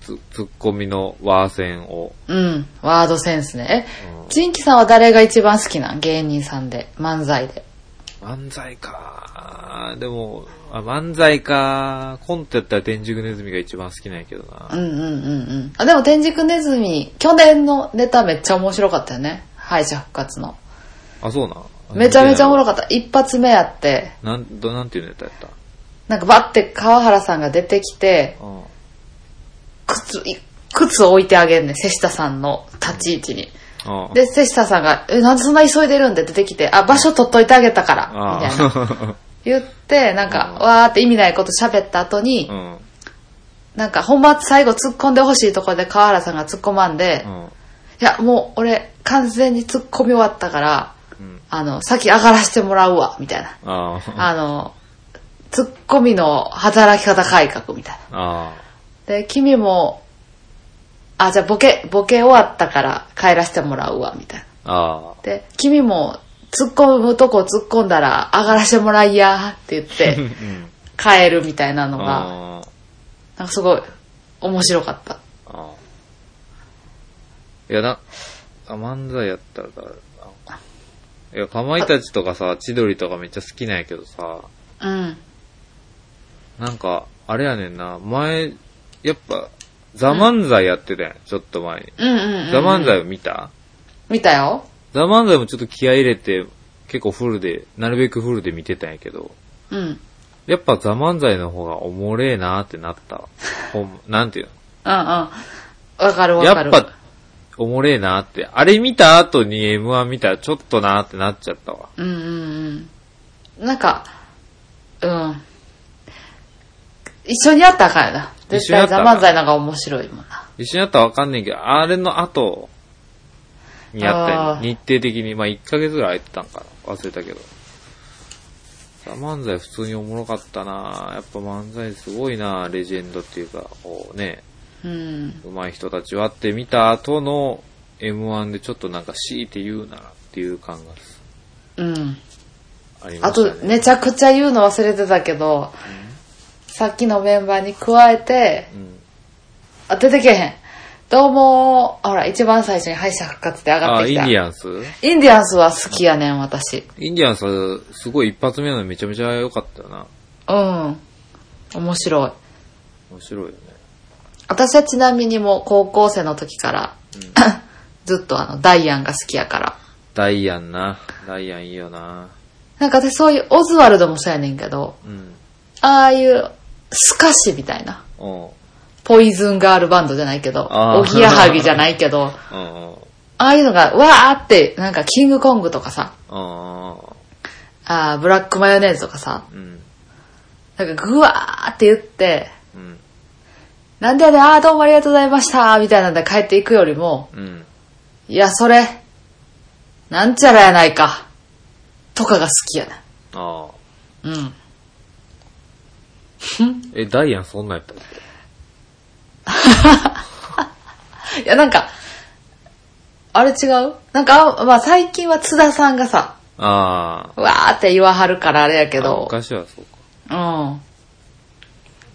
ツツッコミのワーセンを。
うん。ワードセンスね。え、ジンキさんは誰が一番好きなん芸人さんで、漫才で。
漫才かでも、あ漫才かコントやったら天竺ネズミが一番好きなんやけど
うん
な。
うんうんうん。あ、でも天竺ネズミ、去年のネタめっちゃ面白かったよね。敗者復活の。
あ、そうなん
めちゃめちゃおもろ
か
かった。一発目やって、
った。なん、ど、なんていうネタやった
なんかバッて川原さんが出てきて、
うん。
靴、い靴を置いてあげんねん、瀬下さんの立ち位置に。
あ
で、瀬下さんが、え、なんでそんな急いでるんで出てきて、あ、場所取っといてあげたから、
あ
みた いな。
あ。
言って、なんか、
うん
わーって意味ないこと喋った後に、
うん。
なんか、ほんまは最後突っ込んでほしいところで川原さんが突っ込まんで、
う
い
ん。
や、もう俺、完全に突っ込み終わったから、
うん。
あの、先上がらしてもらうわ、みたいな。
ああ。
あの、突っ込みの働き方改革みたいな。
あ
で、君も、あ、じゃあボケ、ボケ終わったから帰らせてもらうわ、みたいな。
あ。ああ。
で、君も突っ込むとこ突っ込んだら上がらしてもらいや、って言っ て
う、ん。
帰るみたいなのが、
あ
なんかすごい面白かった。
あああ。いや、な、あ、漫才やったら誰だな。いや、かまいたちとかさ、千鳥とかめっちゃ好きなんやけどさ、
うん。
なんか、あれやねんな、前、やっぱ、ザ・漫才やってたやん、ちょっと前に。
うんうん、うん。
ザ・漫才を見た
見たよ。
ザ・漫才もちょっと気合い入れて、結構フルで、なるべくフルで見てたんやけど、
うん。うん
やっぱザ・漫才の方がおもれえなってなったわ。ほん、なんていうの
うん。わかるわか
や
る。
っぱ、おもれえなって。あれ見た後に M1 見たらちょっとなってなっちゃったわ。
うんうんうん。なんか、うん。一緒にやったらあかんよな。絶
一緒にや
対
った
ザ・
らあかん
漫才なんか面白いもんな。
一緒にやったらわかんねえけど、あれの後にやった
あ
よ
ー
ね日程的に、まあ1ヶ月ぐらい空いてたんかな。忘れたけど。ザ漫才普通におもろかったなやっぱ漫才すごいなレジェンドっていうか、こうね、
うん。
上手い人たちはって見た後の M1 でちょっとなんか強いて言うならっていう感が
うん。
ありまし
あ
たね。
と、めちゃくちゃ言うの忘れてたけど、さっきのメンバーに加えて、
うん。
あ、出てけへん。どうもー、ほら、一番最初に敗者復活で上がっ
あ、
て
イ
き
ンデ
た。
ィアンス
インディアンスは好きやねん、私。
インディアンス、すごい一発目なのめちゃめちゃ良かったよな。
うん。面白い。
面白いよね。
私はちなみにもう高校生の時から、 ずっとあの、ダイアンが好きやから。
ダイアンな。ダイアンいいよな。
なんか私そういうオズワルドもそうやねんけど、
うん。
ああいう、スカシみたいな。
うん。うん
ポイズンガールバンドじゃないけど、
あー
おぎやはぎじゃないけど、
う
あ
ん。うん
あいうのが、わーって、なんかキングコングとかさ、
うん。
あーブラックマヨネーズとかさ、
うん。
なんかグワーって言って、
うん。
なんでやねん、あーどうもありがとうございました、みたいなんで帰っていくよりも、
うん。
いや、それ、なんちゃらやないか、とかが好きやね
ああ。
ん。うん。
え、ダイアンそんなんやったっけ
いや、なんか、あれ違うなんか、あまあ最近は津田さんがさ、
ああ。
わーって言わはるからあれやけ
あ
ど、
昔はそうか。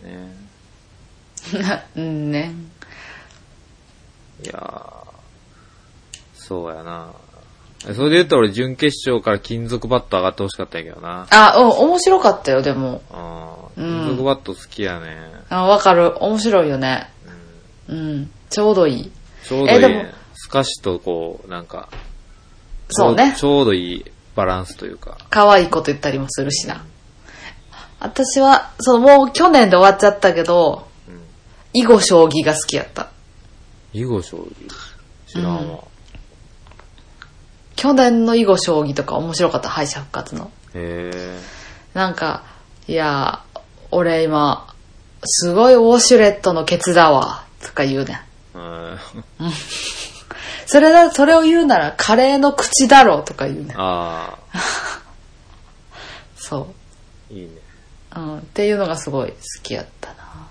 うん。
ね。
うんね。
いやーそうやな。えそれで言うと俺、準決勝から金属バット上がってほしかったんやけどな。
あ、うん、面白かったよ、でも。
あー
うん
金属バット好きやね。
あわかる。面白いよね。うん。ちょうどいい。
ちょうどいい、
えでも
ね。スカシとこう、なんか、
そうね
ち。ょうどいいバランスというか。
可愛いこと言ったりもするしな。私は、そのもう去年で終わっちゃったけど、
うん。
囲碁将棋が好きやった。
囲碁将棋知らんわ。
去年の囲碁将棋とか面白かった、敗者復活の。
へえ。
なんか、いやー、俺今、すごいウォシュレットのケツだわ、とか言うねん。
うん。
それだ、それを言うなら、カレーの口だろ、とか言うねん。
あ
そ
ーいいね。
う。うん。っていうのがすごい好きやったな。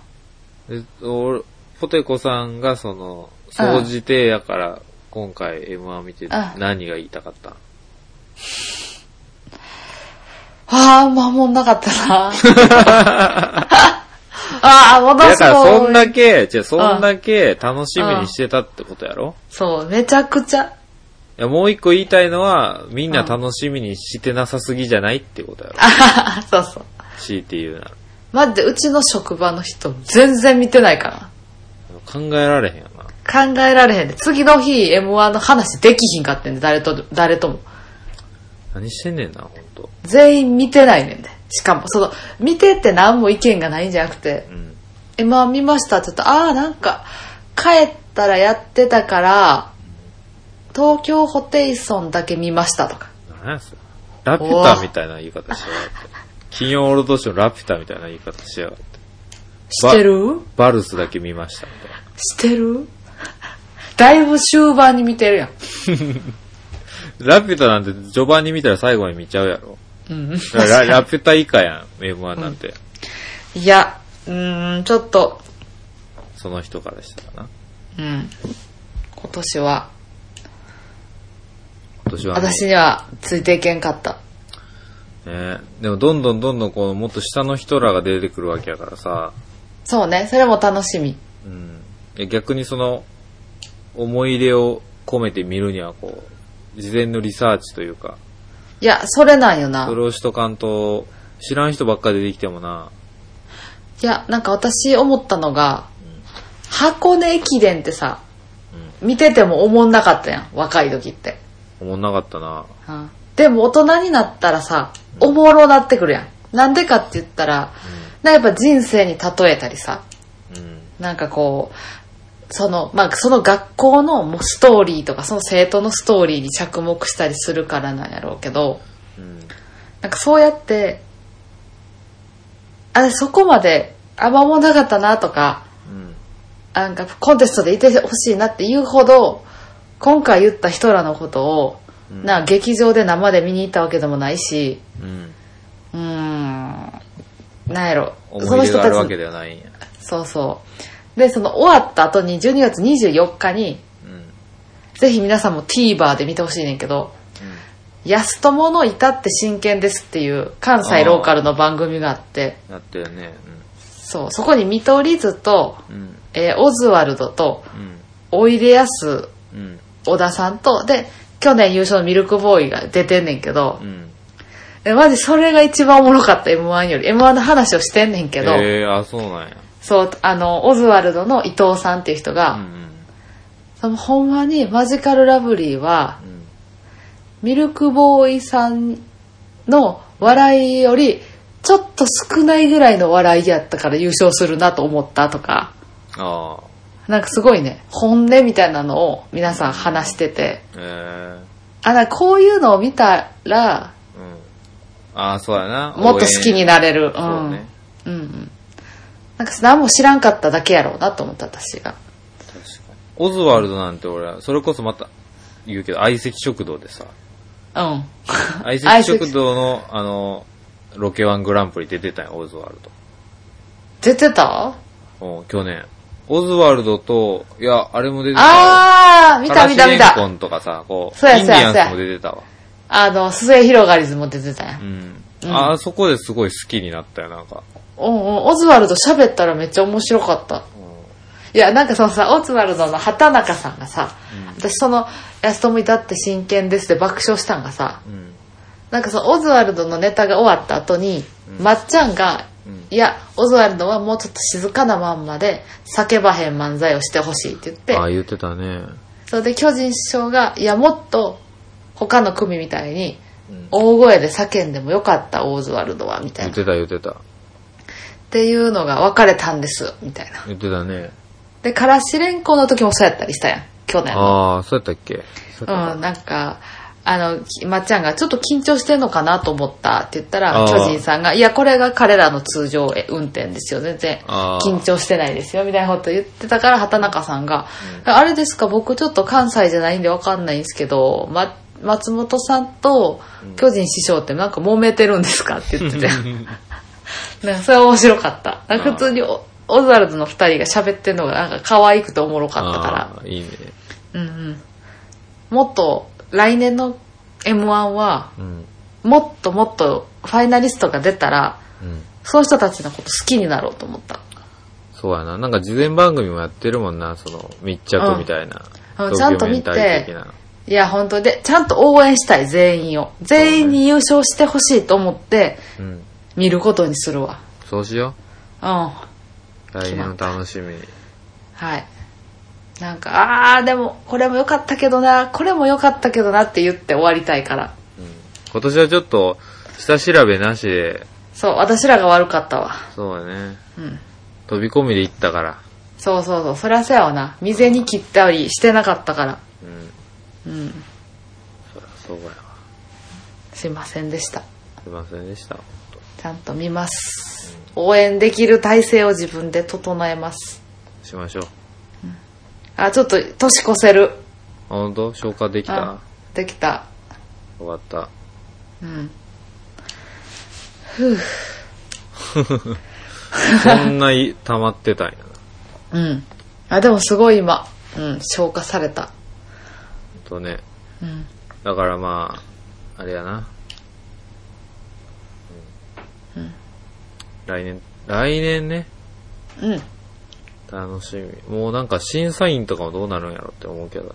え俺、ポテコさんがその、総じてやから、今回 M1 見て
あ
何が言いたかったん
ああ、まあもんなかった な。ああ、もの
だ
す
からそ
ご
ん
い。
だけ、じゃあそんだけ楽しみにしてたってことやろ
そう、めちゃくちゃ。
いや、もう一個言いたいのは、みんな楽しみにしてなさすぎじゃないってことやろ
あははそうそう。
強いて言うなら。
マジで、うちの職場の人、全然見てないから。
考えられへんよな。
考えられへんで、次の日、M1 の話できひんかってんで、誰と、誰とも。
何してんねんな、ほんと。
全員見てないねんで。しかも、その、見てって何も意見がないんじゃなくて
う、ん。
M1 見ましたって言ったら、ああ、なんか、帰ったらやってたから、東京ホテイソンだけ見ましたとか。
何やそれ。ラピュタみたいな言い方しやがって。金曜ロードショーラピュタみたいな言い方しやがって。
してる
バルスだけ見ましたみたいな。
してるだいぶ終盤に見てるやん。
ラピュタなんて序盤に見たら最後に見ちゃうやろ。
うん。
だからララピュタ以下やん、M1 なんて。
いや、うーん、ちょっと、
その人からしたらな。
うん。今年は、
今年はもう
私にはついていけんかった。
ねでもどんどんどんどんこのもっと下の人らが出てくるわけやからさ、
そうね、それも楽しみ。
うん、え逆にその思い入れを込めて見るにはこう、事前のリサーチというか、
いや、それなんよな
そ。れをしとかんと、知らん人ばっかり出てきてもな、
いや、なんか私思ったのが、箱根駅伝ってさ、見てても思んなかったやん、若い時って。
思んなかったな。
うんでも大人になったらさ、おもろなってくるやん。なんでかって言ったら、なんかやっぱ人生に例えたりさ、
うん。
なんかこう、その、まあ、その学校のもうストーリーとか、その生徒のストーリーに着目したりするからなんやろうけど、
うん。
なんかそうやって、あれ、そこまで、あんまもなかったなとか、
うん。
なんかコンテストでいてほしいなって言うほど、今回言った人らのことを、
うん
なんか劇場で生で見に行ったわけでもないし、
うん。
うーん、なんやろ、
思い入れがあるわけではないんや。
そうそう。で、その終わった後に12月24日に、
うん。うん。
ぜひ皆さんも TVer で見てほしいねんけど、安友のいたって真剣ですっていう関西ローカルの番組があって、
なったよね。
そう、そこに見取り図と、
うん。うん。
えーオズワルドと、
うん。
おいでやす
うん。
小田さんと、で、去年優勝のミルクボーイが出てんねんけど
う、ん。
えマジそれが一番おもろかった M1 より。M1 の話をしてんねんけど、
ええー、あ、そうなんや。
そう、あの、オズワルドの伊藤さんっていう人
うんう
が、
ん。
そのほんまにマジカルラブリーは、
うん。
ミルクボーイさんの笑いより、ちょっと少ないぐらいの笑いやったから優勝するなと思ったとか、
ああ。
なんかすごいね、本音みたいなのを皆さん話してて、
ええー。
あ、なんかこういうのを見たら、
うん。ああ、そうやな。
もっと好きに
な
なれる。う。
そうんね。
うんうん。なんか何も知らんかっただけやろうなと思った私が。
確かに。オズワルドなんて俺、それこそまた言うけど、相席食堂でさ、
うん。
相席食堂の、あの、ロケワングランプリ出てたんよ、オズワル
出てた
ド。うん、去年。オズワルドと、いや、あれも出てたよ。
あー、見た見た見
コ
た。
ンとかさ、こう、
そうや
イン
そう
デ
や
ィアンスも出てたわ。
あの、すゑひろがりずも出てたやん
う。ん。
うん
あそこですごい好きになったよ、なんか。
うんうん、オズワルド喋ったらめっちゃ面白かった。いや、なんかそのさ、オズワルドの畑中さんがさ、私その、安友いたって真剣ですって爆笑したんがさ、
うん。うん。
なんかそのオズワルドのネタが終わった後に、まっちゃんが、
うん
いや、オズワルドはもうちょっと静かなまんまで、叫ばへん漫才をしてほしいって言って、
ああ、言ってたね。
それで巨人師匠が、いや、もっと他の組みたいに
うん、
大声で叫んでもよかった、オーズワルドは、みたい
言っ
な。って
た、言ってた。
ていうのが別れたんです、みたいな。
言ってたね。
で、からしれんこの時もそうやったりしたやん、去年。
ああ、そうやったっけそうやった
うん、なんか、あの、きまっちゃんがちょっと緊張してんのかなと思ったって言ったら
あ、ー
巨人さんが、いや、これが彼らの通常運転ですよ、全然。
あー
緊張してないですよ、みたいなこと言ってたから、畑中さんが、あれですか、僕ちょっと関西じゃないんでわかんないんですけど、ま、松本さんと巨人師匠ってなんか揉めてるんですかって 言ってて。なんかそれは面白かった。なんか普通にオオズワルドの二人が喋ってるのがなんか可愛くておもろかったから。
あーいいね。
うんうん、もっと来年の m 1は
うん。
もっともっとファイナリストが出たら
うん。
そういう人たちのこと好きになろうと思った、
そうやな。なんか事前番組もやってるもんな、その、密着みたいな。
うんう
ド
ん
キ
ちゃんと
ュメ
見
ン
て
タリー的な。
いや本当でちゃんと応援したい全員を全員に優勝してほしいと思って
うん。
見ることにするわ
そうしよ
うんは
う。来年の楽しみに。
いなんかあーでもこれも良かったけどなこれも良かったけどなって言って終わりたいから
今年はちょっと、下調べなしで、
そう私らが悪かったわ
そうやね。
うん
飛び込みで行ったから。
そうそうそうそりゃそうやわな未然に切ったりしてなかったから
うん。
うん
そりゃそうやわ。
すいませんでした
すいませんでした。
ちゃんと見ます応援できる体制を自分で整えます
しましょう。
あちょっと年越せる
あ、ほんと消化できた
あできた
終わった。
うん
そんない溜まってたんやな。
うんあでもすごい今、うん、消化された
ほんとね。
うん
だからまあ、あれやな。うん。来年、来年ね、
うん
楽しみ。もうなんか審査員とかもどうなるんやろって思うけどね。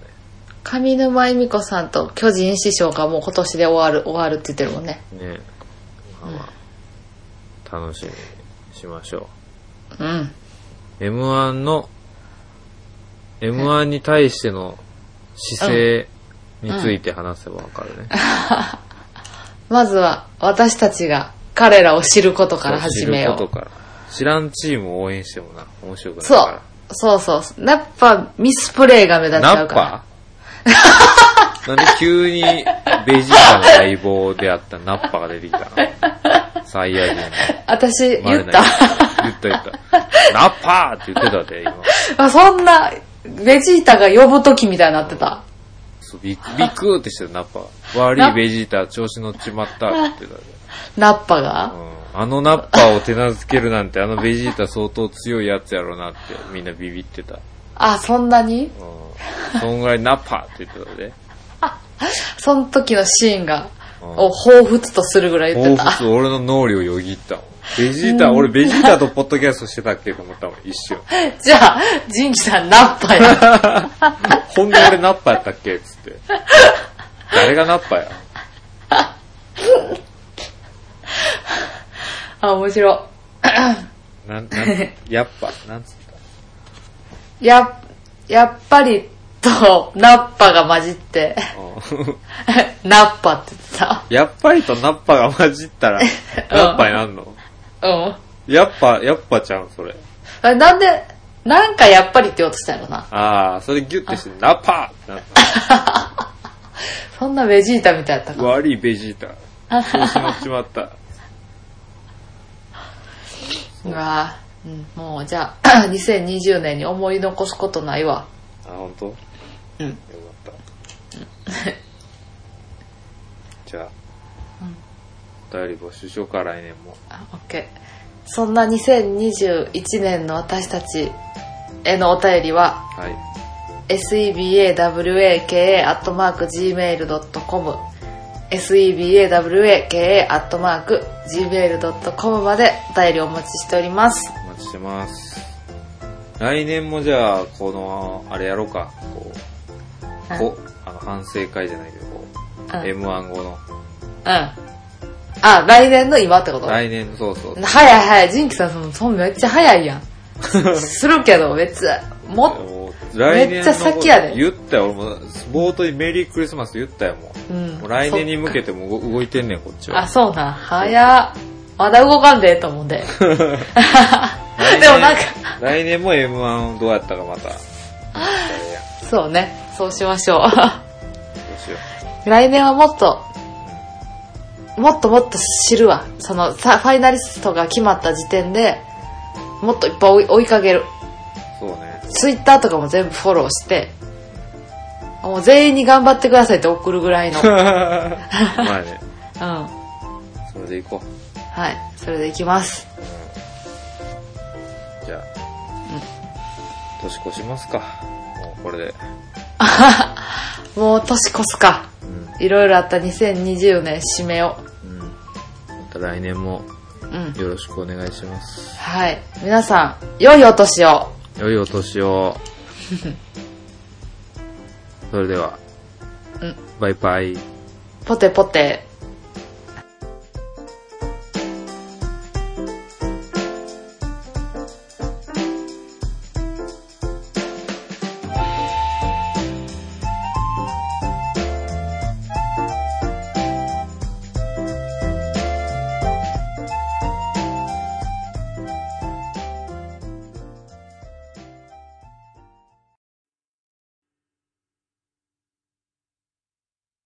上沼恵美子さんと巨人師匠がもう今年で終わる終わるって言ってるもんね
ねまあまあ、楽しみにしましょ
うん
う。M1 の、M1 に対しての姿勢について話せばわかるね。
まずは私たちが彼らを知ることから始めよ
知
う
ることから。知らんチームを応援してもな、面白くない
そ
か
う。そうそう。やっぱミスプレイが目
ら。
立っちゃ
ナ
う
ッ
か
パ
ら。
なんで急にベジータの相棒であったナッパが出てきたのサイヤ人の。
私、
生ま
言
れ
っ
な
た
い。言った言った。ナッパーって言ってたで、今。
あそんな、ベジータが呼ぶ時みたいになってた。
そうビクビクってしてた、ナッパが。悪いベジータ、調子乗っちまったって言ってたで。
ナッパが
うんあのナッパーを手なずけるなんて、あのベジータ相当強いやつやろなって、みんなビビってた。
あ、そんなに
うん。そんぐらいナッパーって言ってたで。
その時のシーンが、
うん
を彷彿とするぐらい言
彷
ってた。
彿俺の脳裏をよぎったもん。ベジータ、俺ベジータとポッドキャストしてたっけと思ったもん、一瞬。
じゃあ、ジンキさんナッパ や。
ほんで俺ナッパやったっけつって。誰がナッパや
あ、面白
なん、なん、やっぱ、なんつっ
い。や、やっぱりとナッパが混じって、
たうん。
ナッパって言ってた。
やっぱりとナッパが混じったら、ナッパになんの
うん。
やっぱ、やっぱちゃん、それ。
あれなんで、なんかやっぱりって言おうとしたんやろな。
ああ、それギュッてして、ナッパーってなった。
そんなベジータみたいだったかな。
悪いベジータ。調子乗っちまった。
うわぁうん、もうじゃあ、2020年 に思い残すことないわ。
あ、ほんと
うん
よかった。じゃあ、お便り募集しようか、来年も。
あオッケーそんな2021年の私たちへのお便りは、
はい。
sebawaka.gmail.com sebawaka.gmail.com までお便りお待ちしております。
お待ちしてます。来年もじゃあ、この、あれやろうか。こう、こあの、反省会じゃないけど、こう、
うん。うん。
M1 後の。
あ、来年の今ってこと
来年、そうそう。
早い早い。ジンキさん、そのそんめっちゃ 早いやん。するけど、別。もっ、
来年の
めっちゃ先やで
言ったよ、俺も、冒頭にメリークリスマス言ったよ、もう。
うん
もう来年に向けても動動いてんねん、こっち
あ、
は。
そうなん。早っ。まだ動かんでええと思う んで。でも
来年
なんか、
来年も M1 どうやったかまた。ど
そうね。そうしましょ
うしよ
う。 来年はもっと、もっともっと知るわ。その、さファイナリストが決まった時点で、もっといっぱい追い追いかける。
う。そうね。
ツイッターとかも全部フォローして、もう全員に頑張ってくださいって送るぐら いの。うん。
まあね、
は
それでいこ
い。それでいきます。
う。じゃあ、年越しますか。もうこれで。
もう年越すか。
うん。
いろいろあった2020年締めを。
うん。また来年も
うん。
よろしくお願いします。
はい。皆さん、良いお年を。
良いお年を。それでは、
うん
バイバイ。
ポテポテ。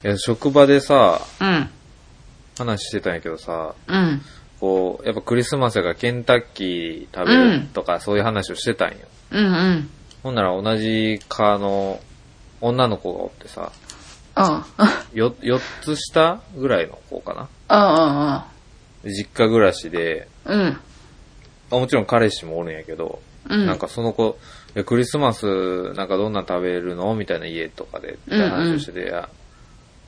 いや、職場でさ、
うん。
話してたんやけどさ、
うん。
こう、やっぱクリスマスやからケンタッキー食べるとか、そういう話をしてたんよ。
うんうん。
ほんなら同じ科の女の子がおってさ、
うん。
よ、4つ下ぐらいの子かな。
うん
実家暮らしで、
うんうん。うん。
あもちろん彼氏もおるんやけど、
うん
なんかその子、いやクリスマスなんかどんなん食べるのみたいな家とかで、みたいな話をしてて、いや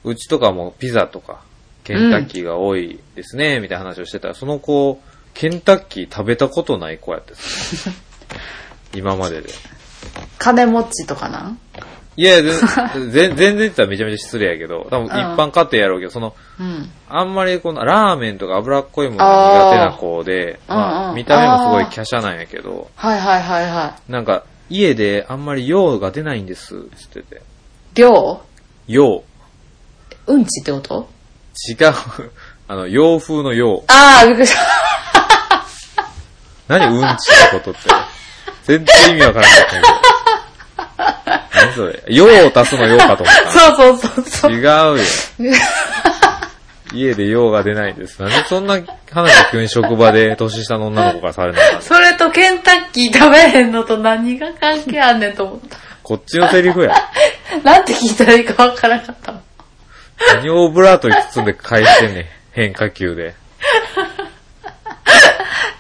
うちとかもピザとか、ケンタッキーが多いですね、みたいな話をしてたら、その子、ケンタッキー食べたことない子やってさ 今までで。
金持ちとかなん
いや、 全全全然って言ったらめちゃめちゃ失礼やけど、多分一般家庭やろうけど、その、
うん。
あんまりこのラーメンとか脂っこいものが苦手な子で、
あー
ま
うん
あ、
うん
見た目もすごい華奢なんやけど、
はいはいはいは
なんか、家であんまり用が出ないんです、つってて。
い。量
用。
うんちってこと
違う。 あの、洋風の用。
ああ、びっくりした。
何うんちってことって。全然意味わからなかったんやけど。何それ。用を足すの用かと思ったな。
そうそうそうそう。
違うよ。家で用が出ないんです。なんでそんな話を急に職場で年下の女の子からされなあかった
それとケンタッキー食べへんのと何が関係あんねんと思った。
こっちのセリフや。
なんて聞いたらいいかわからなかったもん。
何をオブラートに包んで返してんねん。変化球で。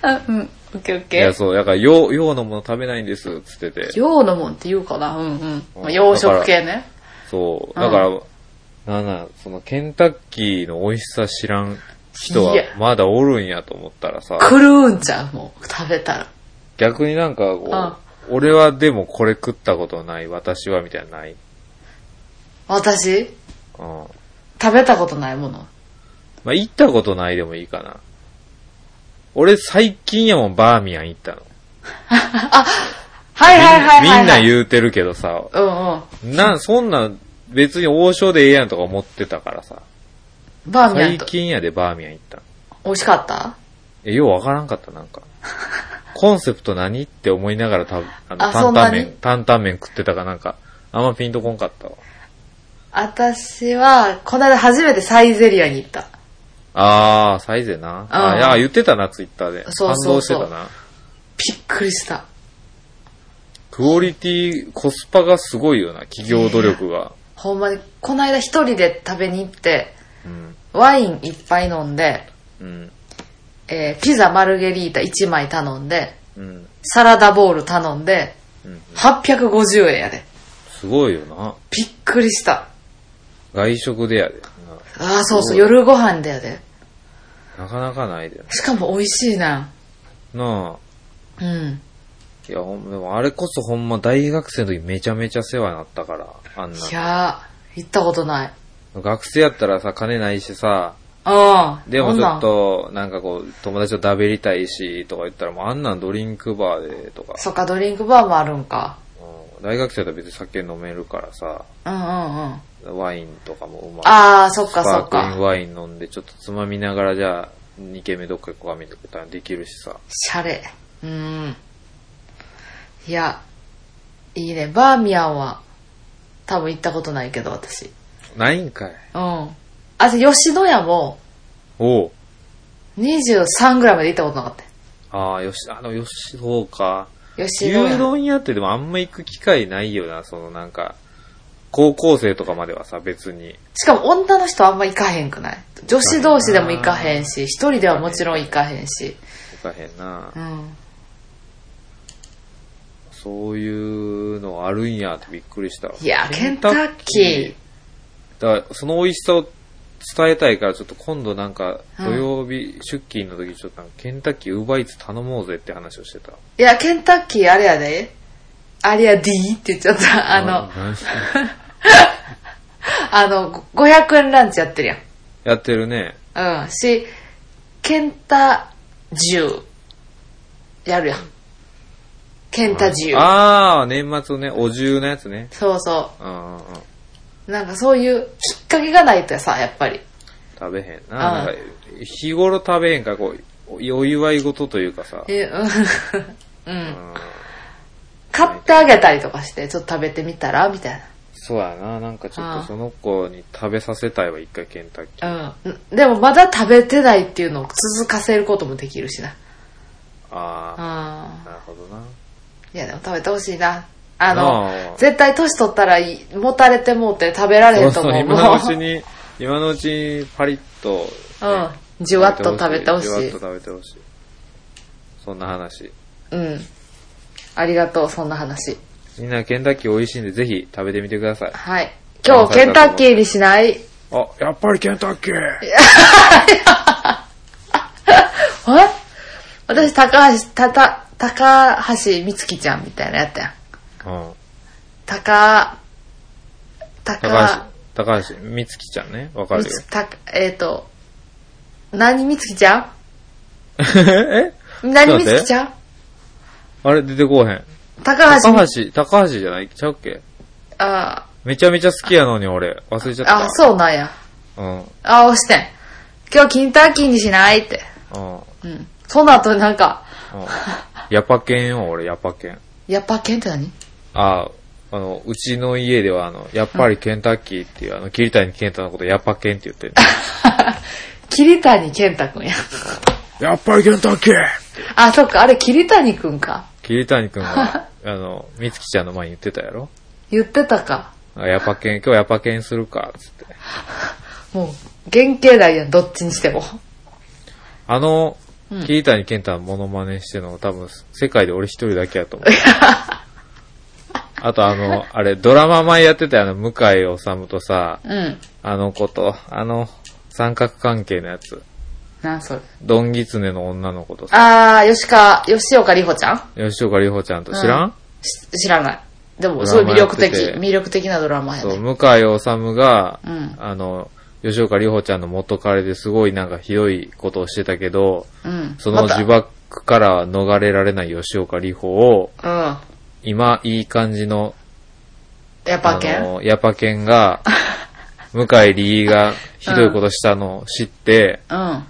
あうん。オッケーオッ
い
ケ
や、
ー。
そう、だから、洋、洋のもの食べないんです、つってて。
洋のもんって言うかなうんうん。ま
う
あ、
ん
洋食系ね。
そう。だから、なんなん、その、ケンタッキーの美味しさ知らん人はい
や、
まだおるんやと思ったらさ、
狂うんちゃうもう、食べたら。
逆になんかこう、
あ
俺はでもこれ食ったことない、私はみたいなのない。
私、
うん。
食べたことないもの。
まあ、行ったことないでもいいかな。俺最近やもん、バーミヤン行ったの。
はいはいはいはい、
みんみんな言うてるけどさ、
う。うんうん。
な、そんなん別に王将でええやんとか思ってたからさ、
バーミヤン
最
と。
近やでバーミヤン行ったの。
美味しかった
え、ようわからんかった、なん か。コンセプト何って思いながらた、あの、
あそ
担
ん
々
なに
麺、担々麺食ってたかなんか、あんまピンとこんかったわ。
私は、この間初めてサイゼリアに行った。
あー、サイゼな。あ
う
ー
ん
いや、言ってたな、ツイッターで。
そうそうそう
感動してたな。
びっくりした。
クオリティ、コスパがすごいよな、企業努力が。
ほんまに、この間一人で食べに行って、
うん。
ワインいっぱい飲んで、
うん。
えーピザマルゲリータ1枚頼んで、
うん。
サラダボウル頼んで、
うん。
850円やで。
すごいよな。
びっくりした。
外食でやで。
ああ、そう
す
そう、
ごい
夜ご飯だよで。
なかなかないで。
しかも美味しいな。
なあ。
うん。。
いや、ほんでもあれこそほんま大学生の時めちゃめちゃ世話になったから、あんない
やー、行ったことない。
学生やったらさ、金ないしさ、
ああ。
でも
そん
ち
な
ょ
ん
っ。と、なんかこう、友達とダベりたいし、とか言ったら、もうあんなんドリンクバーで、とか、
そっか、ドリンクバーもあるんか。
うん大学生だと別に酒飲めるからさ、
うんうんうん。あ
ワインとかもうまい。
あー、そっ
スパ
かそ
ー
っ
クリング
か。
ワイン飲んで、ちょっとつまみながらじゃあ、2軒目どっか行こうかみたいなことはできるしさ。
シャレ。うん。いや、いいね。バーミヤンは、多分行ったことないけど、私。
ないんかい。
うん。あ、で吉野家も、
おう。
23ぐらいまで行ったことなかったよ
ああ、よし、あの、よし、そうか。
吉
牛
野家。
丼屋ってでもあんま行く機会ないよな、そのなんか、高校生とかまではさ、別に。
しかも女の人はあんま行かへんくない女子同士でも行かへんし、一人ではもちろん行かへんし。
行かへんな
う。ん。
そういうのあるんやってびっくりした。
いや、ケンタッキー。
だから、その美味しさを伝えたいから、ちょっと今度なんか、土曜日出勤の時、ちょっとなんかケンタッキーウーバーイーツ頼もうぜって話をしてた。
いや、ケンタッキーあれやで。あれや D って言っちゃった。あの、
何 してんの
あの、500円ランチやってる
やってるね。
やん。うん。し、ケンタ10やるやん。ケンタ10。
ああ、年末ね、お重のやつね。
そうそ
うんうんうん。
う。なんかそういうきっかけがないとさ、やっぱり。
食べへんな。なん
うん
か日頃食べへんから、こう、お祝い事というかさ。
え うんう。
うんん
買ってあげたりとかして、ちょっと食べてみたらみたい
そうやな。なんかちょっ
あ
と
あ
その子に食べさせたいわ、一回ケンタッキー。
な。うん。でもまだ食べてないっていうのを続かせることもできるしな。
あ
あ
あ、なるほどな。
ーいや、でも食べてほしいな。あ
なあ
の、絶対年取ったらいいもたれてもうて食べられへ
そうん
と
そ
思
う、
う。
今のう
も
ちに、今のうちにパリッと、
ううん。じゅわっと食べてほし
じゅわっ
い
と。食べてほしい。そんな話。
うん。ありがとう、そんな話。
みんなケンタッキー美味しいんで、ぜひ食べてみてください。
はい。今日、ケンタッキーにしない
あ、やっぱりケンタッキー
え私、高橋、たた、高橋美月ちゃんみたいなやったやん。
うん。
高、
高
高、
橋、高橋、みつきちゃんね。わか
み
るよ
つ。たえっ、と、何みつきちゃ
え
ん何みつきちゃん
あれ出てこうへん。
高橋
高橋、
み、
高橋じゃないちゃうっけ
あ
めちゃめちゃ好きやのに俺、忘れちゃっ
ー
た。
あ、そうなんや。
う。うん。うん。
あ、押してん。今日、キンターキーにしないって。うん。その後なんか、
うん。ヤパケンよ、俺、ヤパケン。
やっぱケンって 何
ああ、あの、うちの家では、あの、やっぱりケンタッキーっていう、あの、桐谷健太のこと、やっぱケンって言ってる。
桐谷健太 くんや。
やっぱりケンタッキー
あ、そっか、あれ桐谷くんか。
桐谷くんは、 あの、みつきちゃんの前に言ってたやろ
言ってたか。
あやっぱケン、今日やっぱケンするか、つって。
もう、原型だやん、どっちにしても。
あの、
うん
桐谷健太のモノマネしてるのが多分、世界で俺一人だけやと思う。あとあの、あれ、ドラマ前やってたあの、向井治とさ、
うん。
あの子と、あの、三角関係のやつ。
なんそれ。
ドンギツネの女の子とさ、
あー、吉川、吉岡里帆ちゃん
吉岡里帆ちゃんと知らん、
し知らない。でも、す
ド
ごい
ラマや
魅
っ
力
てて
的。魅力的なドラマや
そう、
ね。
向井治が、
うん
あの、吉岡里帆ちゃんの元彼ですごいなんかひどいことをしてたけど、
うん。
その
また
呪縛から逃れられない吉岡里帆を、
うん。
今、いい感じの、
やっぱけ
あ
ん
の、ヤパケン が、向井理がひどいことしたのを知って、
うん。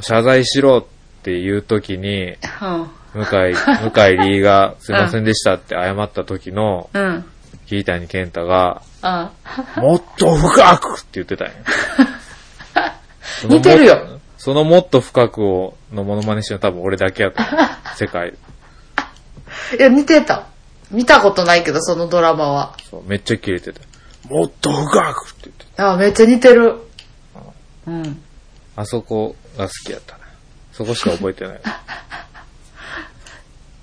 謝罪しろっていう時に、
うん。
向井、 向井理がすいませんでしたって謝った時の、
うん。うん。
桐谷健太が、
あ
もっと深くって言ってたんよそのも
似てるよ。
そのもっと深くを、のモノマネしてるの多分俺だけやと思う。世界。
いや、似てた。見たことないけど、そのドラマは。
そう、めっちゃキレてた。もっと深くって言ってた。
あ、めっちゃ似てる。うん。
あそこが好きやったな。そこしか覚えてない。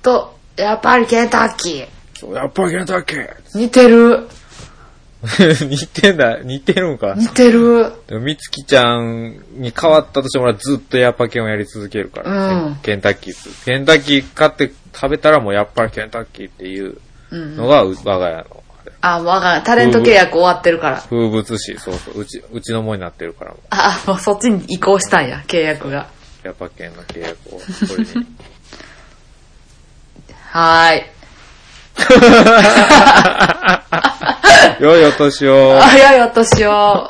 と、やっぱりケンタッキー。
そうやっぱりだけ
似てる。
似てんだ、似てるんか。
似てる。
でも、みつきちゃんに変わったとしても俺はずっとヤッパケンをやり続けるから、
うん
ケンタッキーっす。ケンタッキー買って食べたらもうやっぱりケンタッキーっていうのが、う我が家のあれ
あ、もうあかん。タレント契約終わってるから。
風物詩、そうそう、うち、うちのものになってるからもう、
あ、もうそっちに移行したんや、契約が。
ヤッパケンの契約を、これに。
はーい。
良いお年を。
早いお年を。